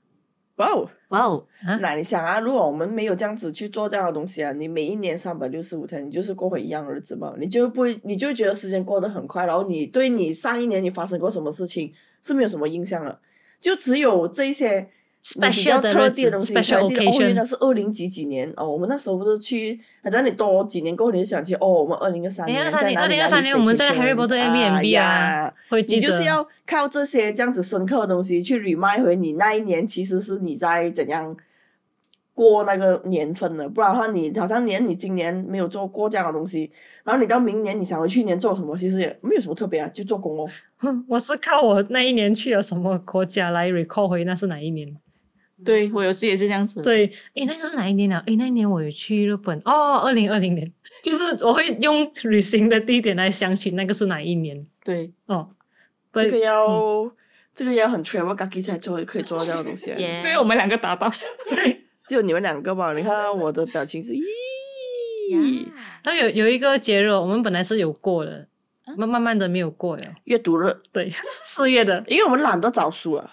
Speaker 3: 哇哦。
Speaker 1: 哇哦，
Speaker 4: 啊
Speaker 3: 那你想啊，如果我们没有这样子去做这样的东西啊，你每一年三百六十五天，你就是过回一样的日子嘛，你就不会，你就会觉得时间过得很快，然后你对你上一年你发生过什么事情是没有什么印象了，就只有这些你比
Speaker 4: Special
Speaker 3: 较
Speaker 4: 的
Speaker 3: 特
Speaker 4: 日
Speaker 3: 地的
Speaker 4: 子
Speaker 3: 东西，你才
Speaker 4: ，special
Speaker 3: 记得哦，
Speaker 4: occasion
Speaker 3: 原来是二零几几年哦，我们那时候不是去，反正你多几年过后你就想起哦，我们二零二三年
Speaker 4: 2023
Speaker 3: 在
Speaker 4: 年
Speaker 3: 哪里哎
Speaker 4: 2023年我们在 Harry Potter Airbnb 啊
Speaker 3: 呀
Speaker 4: 会
Speaker 3: 你
Speaker 4: 记得
Speaker 3: 就是要靠这些这样子深刻的东西去 remind 回你那一年其实是你在怎样过那个年份的，不然的话你好像连你今年没有做过这样的东西，然后你到明年你想回去年做什么，其实也没有什么特别啊，就做工哦。
Speaker 4: 哼 我是靠我那一年去了什么国家来 recall 回那是哪一年。
Speaker 2: 对我有时也是这样子，
Speaker 4: 对，诶，那个是哪一年啊？诶，那一年我有去日本哦，二零二零年， 就是我会用旅行的地点来想起那个是哪一年
Speaker 2: 对，
Speaker 4: 哦。
Speaker 3: 这个
Speaker 4: But-
Speaker 3: 要、这个要很 travel gaki 才做可以做到这样的东西啊，
Speaker 1: 耶！
Speaker 2: 所以我们两个打到，
Speaker 3: 只有你们两个吧？你看我的表情是咦。
Speaker 1: 呀
Speaker 4: 然后有有一个节日，我们本来是有过的，慢慢慢的没有过了。
Speaker 3: 阅读日，
Speaker 4: 啊对， 四月的
Speaker 3: 因为我们懒得找书啊。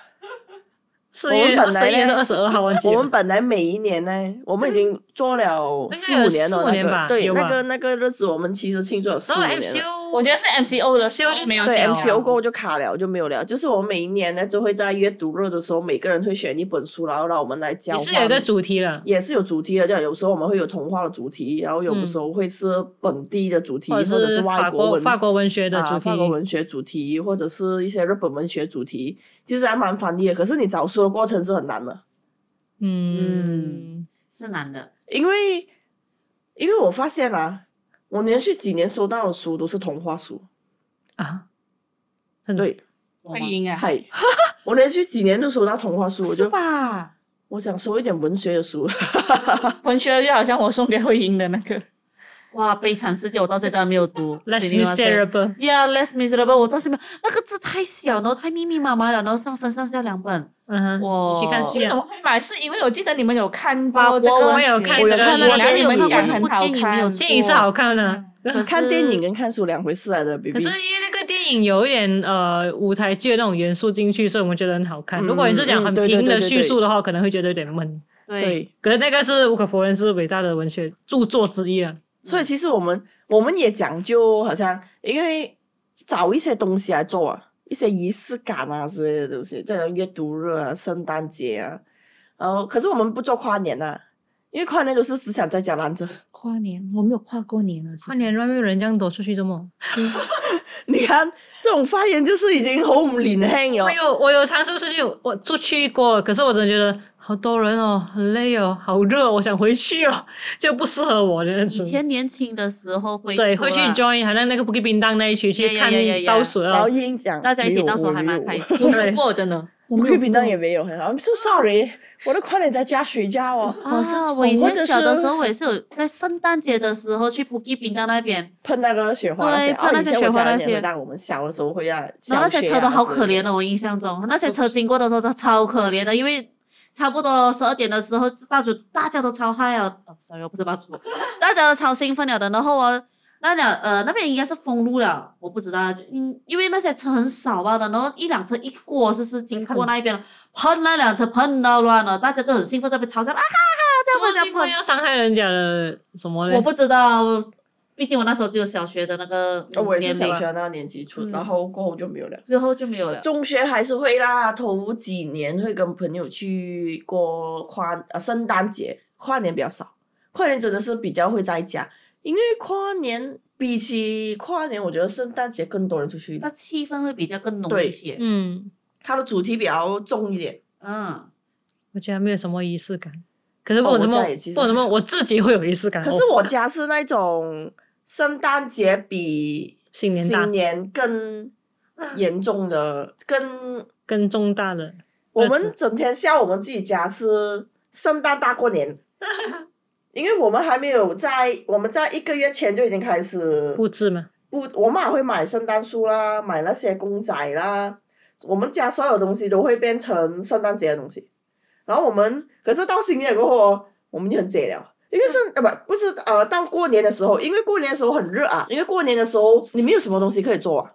Speaker 4: 四月
Speaker 3: 我们本来
Speaker 4: 四月
Speaker 3: 呢
Speaker 4: 是二十二号忘记
Speaker 3: 我
Speaker 4: 了。嗯
Speaker 3: 们本来每一年呢，我们已经做了
Speaker 4: 应
Speaker 3: 四
Speaker 4: 该
Speaker 3: 五
Speaker 4: 有
Speaker 3: 年了，
Speaker 4: 四五年
Speaker 3: 那
Speaker 4: 吧
Speaker 3: 个对
Speaker 4: 有吧
Speaker 3: 那个那个日子，我们其实庆祝了四五
Speaker 4: 然后
Speaker 3: 年了。
Speaker 4: MCO，
Speaker 2: 我觉得是 MCO 的
Speaker 4: MCO
Speaker 2: 就没有
Speaker 3: 对
Speaker 2: 聊啊
Speaker 3: MCO 过后就卡了，就没有了。就是我们每一年呢，就会在阅读日的时候，每个人会选一本书，然后让我们来交
Speaker 4: 也
Speaker 3: 换。
Speaker 4: 是有一个主题了，
Speaker 3: 也是有主题的，就有时候我们会有童话的主题，然后有时候会是本地的主题，
Speaker 4: 嗯或
Speaker 3: 或者
Speaker 4: 是
Speaker 3: 外
Speaker 4: 法
Speaker 3: 国
Speaker 4: 国
Speaker 3: 文
Speaker 4: 法国文学的
Speaker 3: 啊，
Speaker 4: 主题
Speaker 3: 法。国文学主题，或者是一些日本文学主题，其实还蛮翻译的。可是你找书的过程是很难的。
Speaker 4: 嗯，
Speaker 1: 是难的，
Speaker 3: 因为因为我发现啊，我连续几年收到的书都是童话书，
Speaker 4: 啊，很
Speaker 3: 对，
Speaker 1: 我
Speaker 2: 配
Speaker 1: 吗
Speaker 2: 音啊，
Speaker 3: 嗨，我连续几年都收到童话书，我
Speaker 1: 是
Speaker 3: 就
Speaker 1: 吧？
Speaker 3: 我想收一点文学的书，
Speaker 2: 文学就好像我送给慧英的那个，
Speaker 1: 哇，悲惨世界我到现在都没有读。
Speaker 4: less
Speaker 1: 谁明白谁
Speaker 4: miserable。
Speaker 1: Yeah, less miserable。我到现在没有那个字太小，然后太密密麻麻了，然后上分上下两本。
Speaker 4: 嗯哼，
Speaker 1: 我
Speaker 4: 去看戏
Speaker 2: 为
Speaker 4: 啊
Speaker 2: 什么会买？是因为我记得你们有看
Speaker 1: 法
Speaker 2: 过
Speaker 1: 国
Speaker 2: 这个，
Speaker 1: 文学
Speaker 4: 有看
Speaker 2: 我
Speaker 4: 这个
Speaker 2: 看那
Speaker 4: 啊我
Speaker 2: 个，
Speaker 4: 是
Speaker 2: 你
Speaker 4: 有
Speaker 2: 们
Speaker 4: 看
Speaker 2: 讲
Speaker 4: 过
Speaker 2: 很
Speaker 1: 这
Speaker 2: 好
Speaker 1: 部电影没有
Speaker 2: 看，
Speaker 1: 错
Speaker 4: 电影是好看的，
Speaker 1: 可是
Speaker 3: 啊看电影跟看书两回事来的，B
Speaker 4: 可
Speaker 3: B
Speaker 4: 是。因为那个电影有一点呃舞台剧的那种元素进去，所以我们觉得很好看。如果你是讲
Speaker 3: 嗯嗯
Speaker 4: 很
Speaker 3: 对对
Speaker 4: 平
Speaker 3: 对
Speaker 4: 的
Speaker 3: 对
Speaker 4: 叙
Speaker 3: 对
Speaker 4: 述的话，可能会觉得有点闷。
Speaker 1: 对，
Speaker 3: 对，
Speaker 4: 可是那个是无可否认是伟大的文学著作之一啊。
Speaker 3: 所以其实我们我们也讲究，好像因为找一些东西来做啊，一些仪式感啊之类的东西，就像阅读日啊、圣诞节啊，然后可是我们不做跨年啊，因为跨年都是只想在家懒着。
Speaker 2: 跨年，我没有跨过年了。
Speaker 4: 跨年外面人这样多出去周末，
Speaker 3: 你看这种发言就是已经好唔连轻
Speaker 4: 我
Speaker 3: 哟。
Speaker 4: 有我有尝试出去，我出去过，可是我真的觉得好多人哦，很累哦，好热，我想回去哦， 就不适合我这样子
Speaker 1: 以。前年轻的时候会
Speaker 4: 对，
Speaker 1: 出
Speaker 4: 会去
Speaker 1: 啊
Speaker 4: join 好像那个不给冰当那一区去
Speaker 1: Yeah, yeah,
Speaker 4: 看
Speaker 1: yeah, yeah, yeah
Speaker 4: 倒数
Speaker 3: 然后
Speaker 4: 哦。
Speaker 3: 硬讲，
Speaker 1: 大家一起
Speaker 3: 没有
Speaker 1: 到时候
Speaker 3: 我
Speaker 1: 还
Speaker 3: 没有
Speaker 1: 蛮开心。
Speaker 2: 我没有过，真的，
Speaker 3: 我贵宾当也没有很好。I'm so sorry，我都快点在家睡觉哦，
Speaker 1: 啊
Speaker 2: 我是，
Speaker 1: 我以
Speaker 3: 或者
Speaker 1: 前小的
Speaker 3: 是
Speaker 1: 时候，我也是有在圣诞节的时候去布吉冰到那边，
Speaker 3: 喷那个雪花那些。
Speaker 1: 对
Speaker 3: 哦
Speaker 1: 喷，那
Speaker 3: 以
Speaker 1: 些
Speaker 3: 前我
Speaker 1: 雪花
Speaker 3: 家人
Speaker 1: 那
Speaker 3: 也
Speaker 1: 些
Speaker 3: 会带我们小的时候会啊，
Speaker 1: 然后那
Speaker 3: 小
Speaker 1: 些
Speaker 3: 学啊
Speaker 1: 车都好可。
Speaker 3: 之类
Speaker 1: 怜
Speaker 3: 的
Speaker 1: 的，我印象中那些车经过的时候都超可怜的，因为差不多十二点的时候，大主大家都超嗨了，哦，sorry，我不是大主，大家都超兴奋了的。然后我那两呃那边应该是封路了，我不知道，因因为那些车很少吧的，然后一辆车一过是是经过那一边了，喷那辆车喷到乱了，大家都很兴奋在那边嘲笑啊哈哈，这样喷
Speaker 4: 怎么
Speaker 1: 这
Speaker 4: 是
Speaker 1: 样
Speaker 4: 因为
Speaker 1: 喷。
Speaker 4: 要伤害人家的什么嘞？
Speaker 1: 我不知道，我毕竟我那时候只有小学的那个
Speaker 3: 哦我也是
Speaker 1: 年龄
Speaker 3: 小学啊那个年纪出，
Speaker 1: 嗯
Speaker 3: 然后过后就没有了。
Speaker 1: 之后就没有了。
Speaker 3: 中学还是会啦，头几年会跟朋友去过跨呃圣诞节，跨年比较少，跨年真的是比较会在家，因为跨年比起跨年，我觉得圣诞节更多人出去
Speaker 1: 那，气氛会比较更浓
Speaker 3: 对
Speaker 1: 一些，
Speaker 4: 嗯，
Speaker 3: 它的主题比较重一点。
Speaker 1: 嗯，
Speaker 4: 我觉得没有什么仪式感。可是
Speaker 3: 哦
Speaker 4: 不管
Speaker 3: 我
Speaker 4: 怎么，
Speaker 3: 家也其实
Speaker 4: 不管怎么，我自己会有仪式感。哦
Speaker 3: 可是我家是那种圣诞节比
Speaker 4: 新年大
Speaker 3: 年更严重的，更
Speaker 4: 跟重大的，
Speaker 3: 我们整天笑我们自己家是圣诞大过年，因为我们还没有在我们在一个月前就已经开始
Speaker 4: 布置嘛，
Speaker 3: 不，我妈会买圣诞树啦，买那些公仔啦，我们家所有东西都会变成圣诞节的东西。然后我们可是到新年过后哦，我们就很解了，因为圣呃不不是呃到过年的时候，因为过年的时候很热啊，因为过年的时候你没有什么东西可以做啊，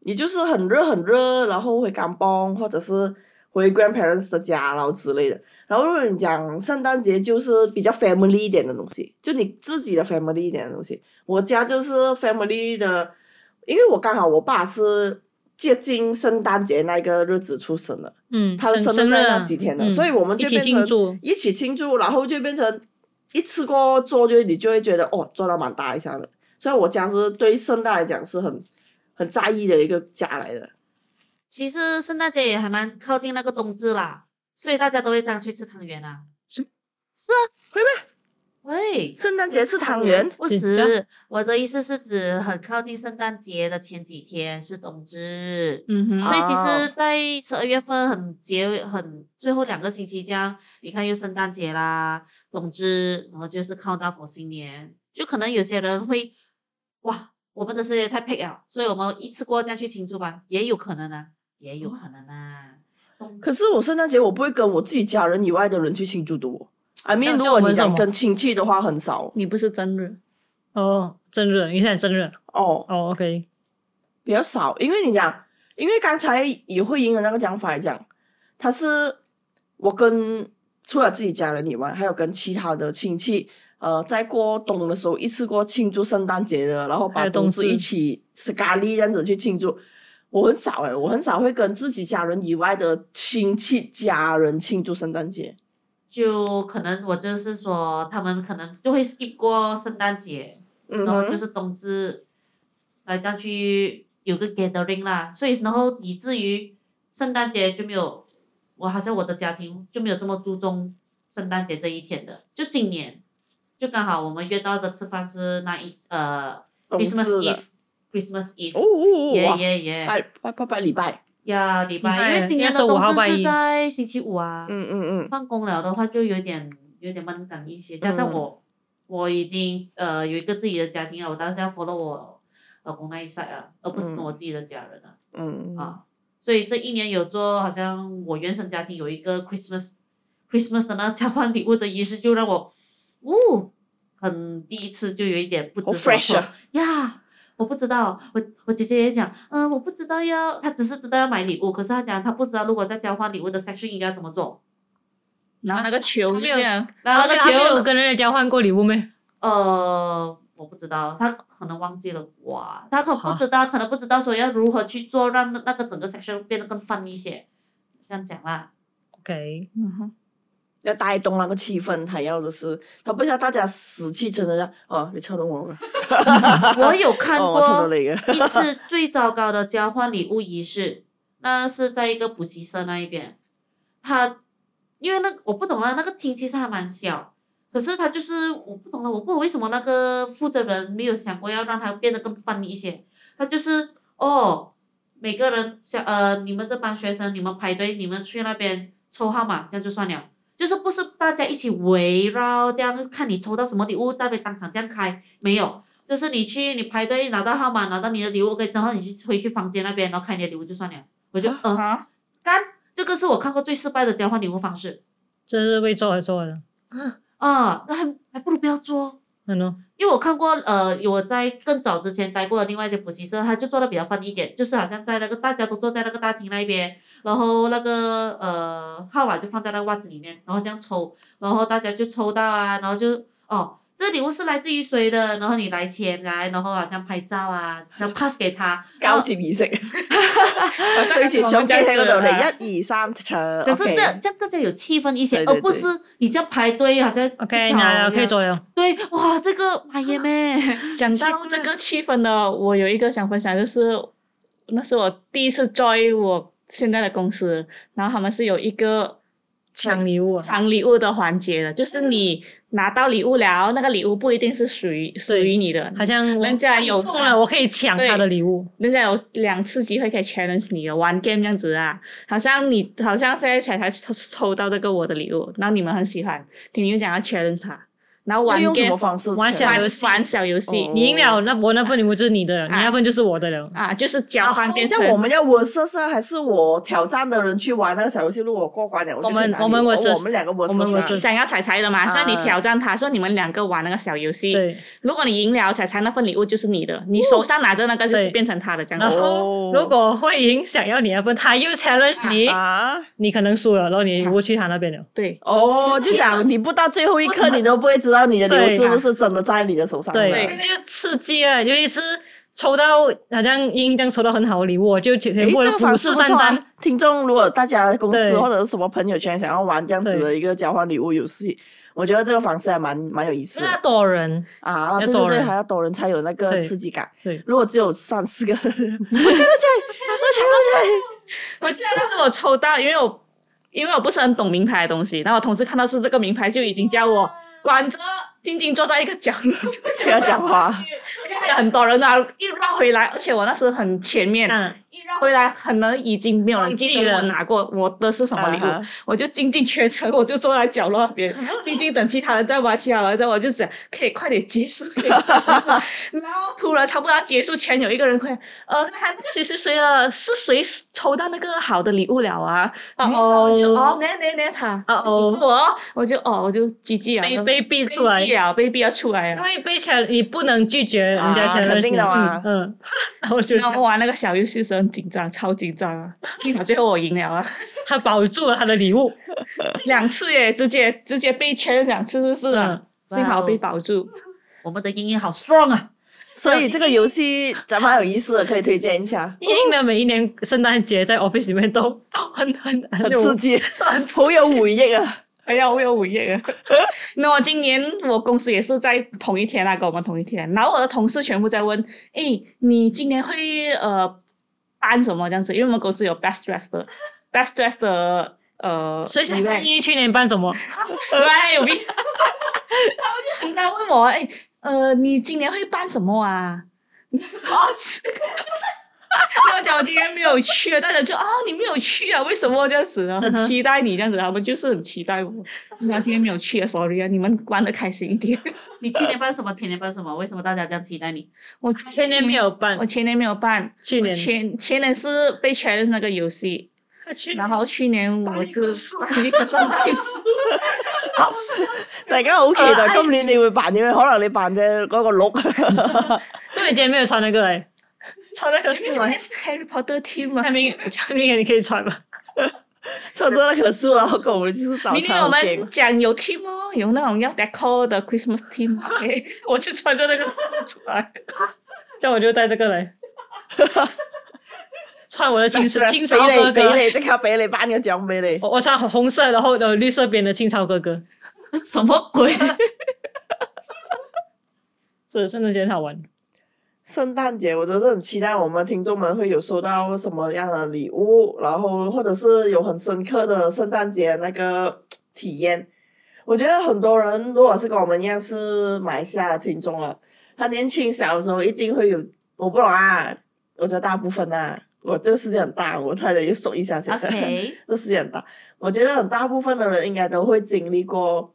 Speaker 3: 你就是很热很热，然后回干帮或者是回 grandparents 的家然后之类的。然后如果你讲圣诞节就是比较 family 一点的东西，就你自己的 family 一点的东西。我家就是 family 的，因为我刚好我爸是接近圣诞节那个日子出生的，
Speaker 4: 嗯，
Speaker 3: 他
Speaker 4: 生
Speaker 3: 生日
Speaker 4: 日
Speaker 3: 在那
Speaker 4: 啊
Speaker 3: 几天的，
Speaker 4: 嗯
Speaker 3: 所以我们
Speaker 4: 一
Speaker 3: 就
Speaker 4: 起
Speaker 3: 变
Speaker 4: 庆
Speaker 3: 成
Speaker 4: 祝，
Speaker 3: 一起庆祝，然后就变成一次过做就你就会觉得哦，做到蛮大一下的。所以我家是对圣诞来讲是很很在意的一个家来的。
Speaker 1: 其实圣诞节也还蛮靠近那个冬至啦，所以大家都会当去吃汤圆啊。
Speaker 4: 是
Speaker 1: 是啊，
Speaker 3: 会吗？
Speaker 1: 会。
Speaker 3: 圣诞节吃汤圆，
Speaker 1: 不
Speaker 4: 对这样
Speaker 1: 是我的意思是指很靠近圣诞节的前几天是冬至，
Speaker 2: 嗯哼，
Speaker 1: 所以其
Speaker 3: 哦
Speaker 1: 实，在十二月份很结尾很最后两个星期这样，你看又圣诞节啦，冬至，然后就是靠到佛新年，就可能有些人会，哇，我们的世界太配了，所以我们一次过这样去庆祝吧，也有可能啊，也有可能啊。冬
Speaker 3: 可是我圣诞节我不会跟我自己家人以外的人去庆祝的哦。I mean，
Speaker 4: 像
Speaker 3: 如
Speaker 4: 像
Speaker 3: 果
Speaker 4: 我们
Speaker 3: 你
Speaker 4: 什
Speaker 3: 讲
Speaker 4: 么
Speaker 3: 跟亲戚的话，很少
Speaker 2: 你不是真人，
Speaker 4: 哦，正热，你现在正热，
Speaker 3: 哦，
Speaker 4: 哦，OK，
Speaker 3: 比较少。因为你讲，因为刚才以慧英的那个讲法来讲，他是我跟除了自己家人以外，还有跟其他的亲戚，呃，在过冬的时候一次过庆祝圣诞节的，然后
Speaker 4: 还
Speaker 3: 把
Speaker 4: 有冬
Speaker 3: 冬至
Speaker 4: 至
Speaker 3: 一起吃咖喱这样子去庆祝。我很少诶、我很少会跟自己家人以外的亲戚家人庆祝圣诞节。
Speaker 1: 就可能我就是说，他们可能就会 skip 过圣诞节，
Speaker 3: 嗯
Speaker 1: 然后
Speaker 3: 哼，
Speaker 1: 就是冬至，来再去有个 gathering 啦，所以然后以至于圣诞节就没有，我好像我的家庭就没有这么注重圣诞节这一天的，就今年，就刚好我们约到的吃饭是那一呃
Speaker 3: 冬
Speaker 1: Christmas
Speaker 3: 至了。
Speaker 1: Eve，Christmas
Speaker 3: 哦
Speaker 1: Eve，
Speaker 3: 哦哦！
Speaker 1: 耶
Speaker 3: 哇
Speaker 1: 耶耶
Speaker 3: 拜拜拜拜礼拜，
Speaker 1: 呀礼
Speaker 4: 拜
Speaker 1: 拜，因为今年的
Speaker 4: 那时候
Speaker 1: 冬
Speaker 4: 我还拜
Speaker 1: 至
Speaker 4: 一
Speaker 1: 是在星期五啊，
Speaker 3: 嗯嗯嗯，
Speaker 1: 放工了的话就有点有点闷感一
Speaker 3: 嗯
Speaker 1: 些，加上我、我已经呃有一个自己的家庭了，我当时要 follow 我老公那一 side 啊，而不是跟我自己的家人啊、
Speaker 3: 嗯啊，
Speaker 1: 啊，所以这一年有做好像我原生家庭有一个 Christmas Christmas 的那交换礼物的仪式，就让我哦，很第一次就有一点不
Speaker 3: 好
Speaker 1: 知所
Speaker 3: fresh
Speaker 1: 措
Speaker 3: 啊，
Speaker 1: 呀。我不知道，我我姐姐也讲，嗯、我不知道要，她只是知道要买礼物，可是她讲她不知道如果在交换礼物的 section 应该怎么做。
Speaker 2: 然后那个球
Speaker 4: 没有
Speaker 2: 这样，
Speaker 1: 然后那个
Speaker 4: 他没有
Speaker 1: 球
Speaker 4: 跟人家交换过礼物没？
Speaker 1: 呃，我不知道，他可能忘记了哇，他可不知道，可能不知道说要如何去做，让那那个整个 section 变得更 fun 一些，这样讲 啦。
Speaker 4: OK，
Speaker 2: 嗯哼，
Speaker 3: 要带动那个气氛，还要的是，他不像大家死气沉沉的，哦，你敲动我吧，
Speaker 1: 我有看
Speaker 3: 哦，我敲
Speaker 1: 过
Speaker 3: 动了一个，
Speaker 1: 一次最糟糕的交换礼物仪式，那是在一个补习社那一边，他因为那我不懂啊了，那个厅其实还蛮小，可是他就是我不懂啊了，我不懂为什么那个负责人没有想过要让它变得更 fun 一些，他就是哦，每个人想呃，你们这班学生，你们排队，你们去那边抽号码，这样就算了。就是不是大家一起围绕这样看你抽到什么礼物，在那边当场这样开没有，就是你去你排队拿到号码，拿到你的礼物，可以，然后你去回去房间那边，然后开你的礼物就算了。我就呃
Speaker 2: 啊，
Speaker 1: 干，这个是我看过最失败的交换礼物方式
Speaker 4: 这是为做而做的，
Speaker 1: 啊，那还还不如不要做。
Speaker 4: 嗯喏，
Speaker 1: 因为我看过，呃，有我在更早之前待过的另外一间补习社，他就做的比较 fun 一点，就是好像在那个大家都坐在那个大厅那边，然后那个呃号码就放在那个袜子里面，然后这样抽，然后大家就抽到啊，然后就哦，这个礼物是来自于谁的，然后你来签来，然后好像拍照啊，然后 pass 给他，然
Speaker 3: 交
Speaker 1: 后
Speaker 3: 接儀式，對
Speaker 2: 對
Speaker 3: 住相機
Speaker 2: 啊
Speaker 3: 喺嗰度嚟，一二三，唱
Speaker 1: 可是这
Speaker 3: OK，
Speaker 1: 样这样更加有气氛一些，
Speaker 3: 对对
Speaker 1: 而不是你这样排队，好像
Speaker 4: OK，
Speaker 1: 一 条
Speaker 4: 那
Speaker 1: 这
Speaker 4: 可以
Speaker 1: 样。
Speaker 4: 做了。
Speaker 1: 对，哇，这个哎妈耶 咩！
Speaker 2: 讲到这个气氛呢，我有一个想分享，就是那是我第一次 join 我现在的公司，然后他们是有一个
Speaker 4: 抢礼物啊，
Speaker 2: 抢礼物的环节的，就是你拿到礼物了，那个礼物不一定是属于属于你的，
Speaker 4: 好像我
Speaker 2: 人家有
Speaker 4: 中了，我可以抢他的礼物。
Speaker 2: 人家有两次机会可以 challenge 你的玩 game 这样子啊，好像你好像现在才才抽抽到这个我的礼物，然后你们很喜欢，听你就想要 challenge 他，然后玩
Speaker 3: 要用什
Speaker 2: game
Speaker 3: 么方式唱
Speaker 4: 玩小游
Speaker 2: 玩
Speaker 4: 戏
Speaker 2: 玩小游戏
Speaker 3: 哦
Speaker 4: 你赢了，那我那份礼物就是你的了，
Speaker 2: 啊
Speaker 4: 你那份就是我的了。
Speaker 2: 啊，就是交换变
Speaker 3: 这
Speaker 2: 成
Speaker 3: 样啊我们要 versus 啊还是我挑战的人去玩那个小游戏？如果过关了，就
Speaker 4: 我们
Speaker 3: 可以拿
Speaker 4: 我们
Speaker 3: 礼物
Speaker 4: versus
Speaker 3: 我们两个
Speaker 4: 我们
Speaker 3: versus 啊
Speaker 2: 你想要彩彩的嘛，
Speaker 3: 啊
Speaker 2: 所以你挑战他，说你们两个玩那个小游戏，
Speaker 4: 对，
Speaker 2: 如果你赢了彩彩那份礼物就是你的，你手上拿着那个就是
Speaker 4: 对
Speaker 2: 变成他的这样
Speaker 4: 然
Speaker 2: 子。
Speaker 4: 后
Speaker 3: 哦
Speaker 4: 如果会影响要你那份，他又 challenge 你，
Speaker 3: 啊，
Speaker 4: 你可能输了，然后你礼物去他那边了。
Speaker 2: 对
Speaker 3: 哦，就讲你不到最后一刻，你都不会知道你的礼物
Speaker 4: 对
Speaker 3: 是不是真的在你的手上的。
Speaker 4: 对，
Speaker 2: 对
Speaker 4: 那个刺激啊，尤其是抽到好像英这样抽到很好的礼物，就全
Speaker 3: 诶，
Speaker 4: 部
Speaker 3: 这
Speaker 4: 人
Speaker 3: 个
Speaker 4: 虎
Speaker 3: 方
Speaker 4: 视
Speaker 3: 式不
Speaker 4: 眈
Speaker 3: 错
Speaker 4: 眈
Speaker 3: 啊。！听众，如果大家公司
Speaker 4: 对
Speaker 3: 或者是什么朋友圈想要玩这样子的一个交换礼物游戏，我觉得这个方式还蛮蛮有意思
Speaker 4: 是要
Speaker 3: 的
Speaker 4: 躲人，
Speaker 3: 啊！对对
Speaker 4: 多
Speaker 3: 对，
Speaker 4: 人
Speaker 3: 还要多人才有那
Speaker 4: 对
Speaker 3: 个刺激感。
Speaker 4: 对
Speaker 3: 如果只有三四个 人，我觉得对，我觉得对。
Speaker 2: 我记得那时候我抽到，因为我因为我不是很懂名牌的东西，然后我同事看到是这个名牌就已经叫我管着，静静坐在一个角落，
Speaker 3: 不要讲话，
Speaker 2: 因为很多人啊一绕回来，而且我那时很前面，
Speaker 4: 嗯，
Speaker 2: 一绕回来可能已经没有人记
Speaker 4: 忘记
Speaker 2: 得
Speaker 4: 了
Speaker 2: 我拿过我的是什么礼物，
Speaker 3: 啊哈
Speaker 2: 我就静静全程我就坐在角落那 边，静静等其他人在玩，其他人在玩，我就想可以快点结束，可以快点结束。 然后突然差不多要结束前，有一个人会，呃，看那个谁谁谁了，是谁抽到那个好的礼物了啊？然后我就哦，那那那他，
Speaker 4: 哦哦
Speaker 2: 我我就哦我就 GG
Speaker 4: 被
Speaker 2: 了，
Speaker 4: 被逼出来，
Speaker 2: 被逼
Speaker 4: 因
Speaker 2: 了，被逼要出来了。啊
Speaker 4: 为被 challenge 你不能拒绝人家
Speaker 3: 啊
Speaker 4: challenge，
Speaker 3: 肯定
Speaker 4: 你
Speaker 3: 的嘛
Speaker 4: 嗯嗯， 然后就
Speaker 2: 然后我们玩那个小游戏的时候很紧张，超紧张 啊！幸好最后我赢了啊，
Speaker 4: 他保住了他的礼物，
Speaker 2: 两次耶，直接直接被圈两次，是不是啊？
Speaker 4: 哦
Speaker 1: 嗯
Speaker 2: 幸好被
Speaker 1: 哇
Speaker 2: 保住。
Speaker 1: 我们的英英好 strong 啊！
Speaker 3: 所以这个游戏咱蛮有意思的，可以推荐一下，
Speaker 4: 英的每一年圣诞节在 office 里面都都很很
Speaker 3: 很
Speaker 4: 很
Speaker 3: 刺激，颇有五亿啊！
Speaker 2: 哎呀，我有午 夜啊！那我今年我公司也是在同一天啊，跟我们同一天。然后我的同事全部在问：“哎，你今年会呃办什么这样子？”因为我们公司有 best dress 的 best dress 的呃，
Speaker 4: 所以想
Speaker 2: event
Speaker 4: 看英去年办什么？
Speaker 2: 对，有病。他们就很敢问我，哎，呃，你今年会办什么啊？哦，这个。然后讲我今天没有去，大家就啊，你没有去啊？为什么这样子呢？很期待你这样子，他们就是很期待我。然后今天没有去啊，sorry 啊，你们玩的开心一点。
Speaker 1: 你去年办什么，前年办什么？为什么大家这样期待你？
Speaker 2: 我
Speaker 4: 前年没，有办
Speaker 2: 我，前年没有办，
Speaker 4: 去年
Speaker 2: 前前年是被 challenge 那个游戏，
Speaker 4: 去
Speaker 2: 然后去年我是一个 上台数，
Speaker 3: 大家好期待今年你會扮點？可能你扮只嗰個鹿，
Speaker 4: 对，今天没有穿那个 欸嘞，穿那个
Speaker 2: 因为
Speaker 4: 是
Speaker 2: 我
Speaker 4: 吗
Speaker 2: 还？是 Harry Potter team 啊嘛
Speaker 4: 那。明那明年你可以穿吗？
Speaker 3: 穿咗那棵樹，然後跟我們就是早
Speaker 2: 明天我
Speaker 3: 餐
Speaker 2: 们讲有 team 哦，有那种要 decor 的 Christmas team，、OK，我就穿着那个出来。
Speaker 4: 这样我就带这个嘞， 穿我的清 朝清朝
Speaker 3: 俾
Speaker 4: 哥
Speaker 3: 你
Speaker 4: 哥，
Speaker 3: 俾你即刻俾你頒個獎俾你。
Speaker 4: 我我穿红色，然后呃绿色边的清朝哥哥，
Speaker 1: 什么鬼？
Speaker 4: 是圣诞节很好玩。
Speaker 3: 圣诞节，我真是很期待我们听众们会有收到什么样的礼物，然后或者是有很深刻的圣诞节那个体验。我觉得很多人如果是跟我们一样是马来西亚的听众啊，他年轻小的时候一定会有，我不懂啊，我觉得大部分啊，我这个世界很大，我突然间手一下先。
Speaker 1: OK，
Speaker 3: 这世界很大，我觉得很大部分的人应该都会经历过。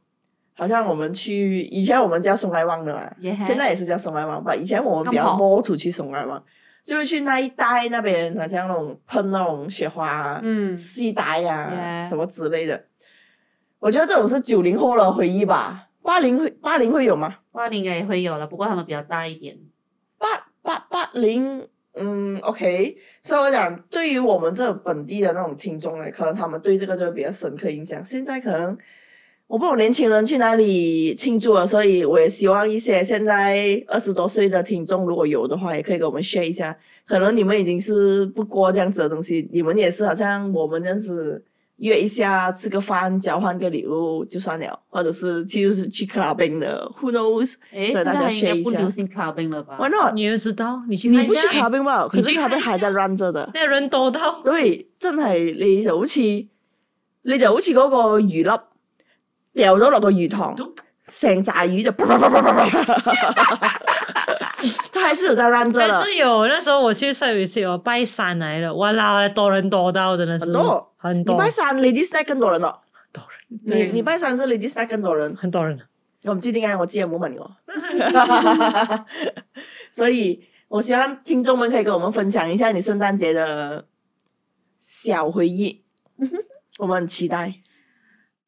Speaker 3: 好像我们去以前我们叫松来湾的嘛
Speaker 1: Yeah
Speaker 3: 现在也是叫松来湾吧。以前我们比较
Speaker 1: 哦刚好
Speaker 3: 摸土去松来湾，就会去那一带那边，好像那种喷那种雪花、啊、
Speaker 1: 嗯，
Speaker 3: 系带啊
Speaker 1: Yeah
Speaker 3: 什么之类的。我觉得这种是九零后的回忆吧，八零会八零会有吗？
Speaker 1: 八零应该也会有了，不过他们比较大一点。
Speaker 3: 八八八零，嗯，OK。所以我讲，对于我们这本地的那种听众呢，可能他们对这个就会比较深刻印象。现在可能我不懂年轻人去哪里庆祝了，所以我也希望一些现在二十多岁的听众，如果有的话，也可以跟我们 share 一下。可能你们已经是不过这样子的东西，你们也是好像我们这样子约一下吃个饭，交换个礼物就算了，或者是其实是去 clubbing 的，who knows？
Speaker 1: 哎，
Speaker 3: 所以
Speaker 1: 现
Speaker 3: 大
Speaker 1: 在
Speaker 3: 家
Speaker 1: 还应
Speaker 3: share
Speaker 1: 该
Speaker 3: 一
Speaker 1: 不
Speaker 3: 下
Speaker 1: 流行 clubbing 了吧？
Speaker 3: ，Why not？
Speaker 4: 你也知道，你去
Speaker 3: 你
Speaker 4: 看
Speaker 3: 不
Speaker 4: 一
Speaker 3: 去
Speaker 4: 下
Speaker 3: clubbing 吧？可
Speaker 4: 你
Speaker 3: 是
Speaker 4: 去看
Speaker 3: clubbing
Speaker 4: 一下
Speaker 3: 还在 run 着的。
Speaker 4: 那人多到
Speaker 3: 對，真係你就好似你就好似嗰個魚粒掉咗落個魚塘，成扎魚就啪啪啪啪啪啪， 它還是有在 run 着
Speaker 4: 但
Speaker 3: 的，
Speaker 4: 是有那时候我去塞维斯有拜山来了，哇啦，多人多到真的是
Speaker 3: 很多
Speaker 4: 很
Speaker 3: 禮
Speaker 4: 多
Speaker 3: 拜三 Lady Snack 更多人咯，
Speaker 4: 多人
Speaker 3: 你
Speaker 2: 對
Speaker 3: 禮拜三是 Lady Snack 更多人，
Speaker 4: 很多人，
Speaker 3: 我唔知點解，我知啊，唔好問 我。所以我希望聽眾們可以跟我們分享一下你聖誕節的小回憶，我們很期待。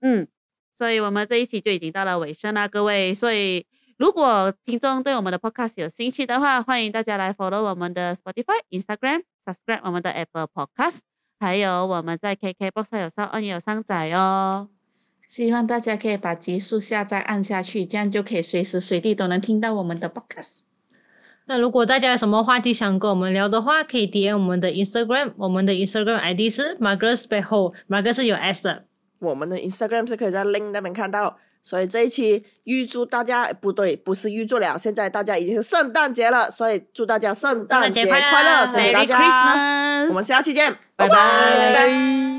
Speaker 1: 嗯，所以我们这一期就已经到了尾声了，各位。所以如果听众对我们的 podcast 有兴趣的话，欢迎大家来 follow 我们的 Spotify、Instagram、subscribe 我们的 Apple Podcast，还有我们在 KKBox 还有上岸也有上载哦。
Speaker 2: 希望大家可以把集数下载按下去，这样就可以随时随地都能听到我们的 podcast。
Speaker 4: 那如果大家有什么话题想跟我们聊的话，可以 DM 我们的 Instagram，我们的 Instagram ID 是 Margaret s p e h o m a r g a r e t 是有 S 的。
Speaker 3: 我们的 Instagram 是可以在 link 那边看到。所以这一期预祝大家哎不对，不是预祝了，现在大家已经是圣诞节了，所以祝大家圣诞
Speaker 4: 圣诞节
Speaker 3: 快
Speaker 4: 快乐
Speaker 3: 谢谢
Speaker 1: Merry
Speaker 3: 大家，我
Speaker 1: Christmas，
Speaker 3: 们下期见，
Speaker 1: 拜
Speaker 3: 拜拜
Speaker 1: 拜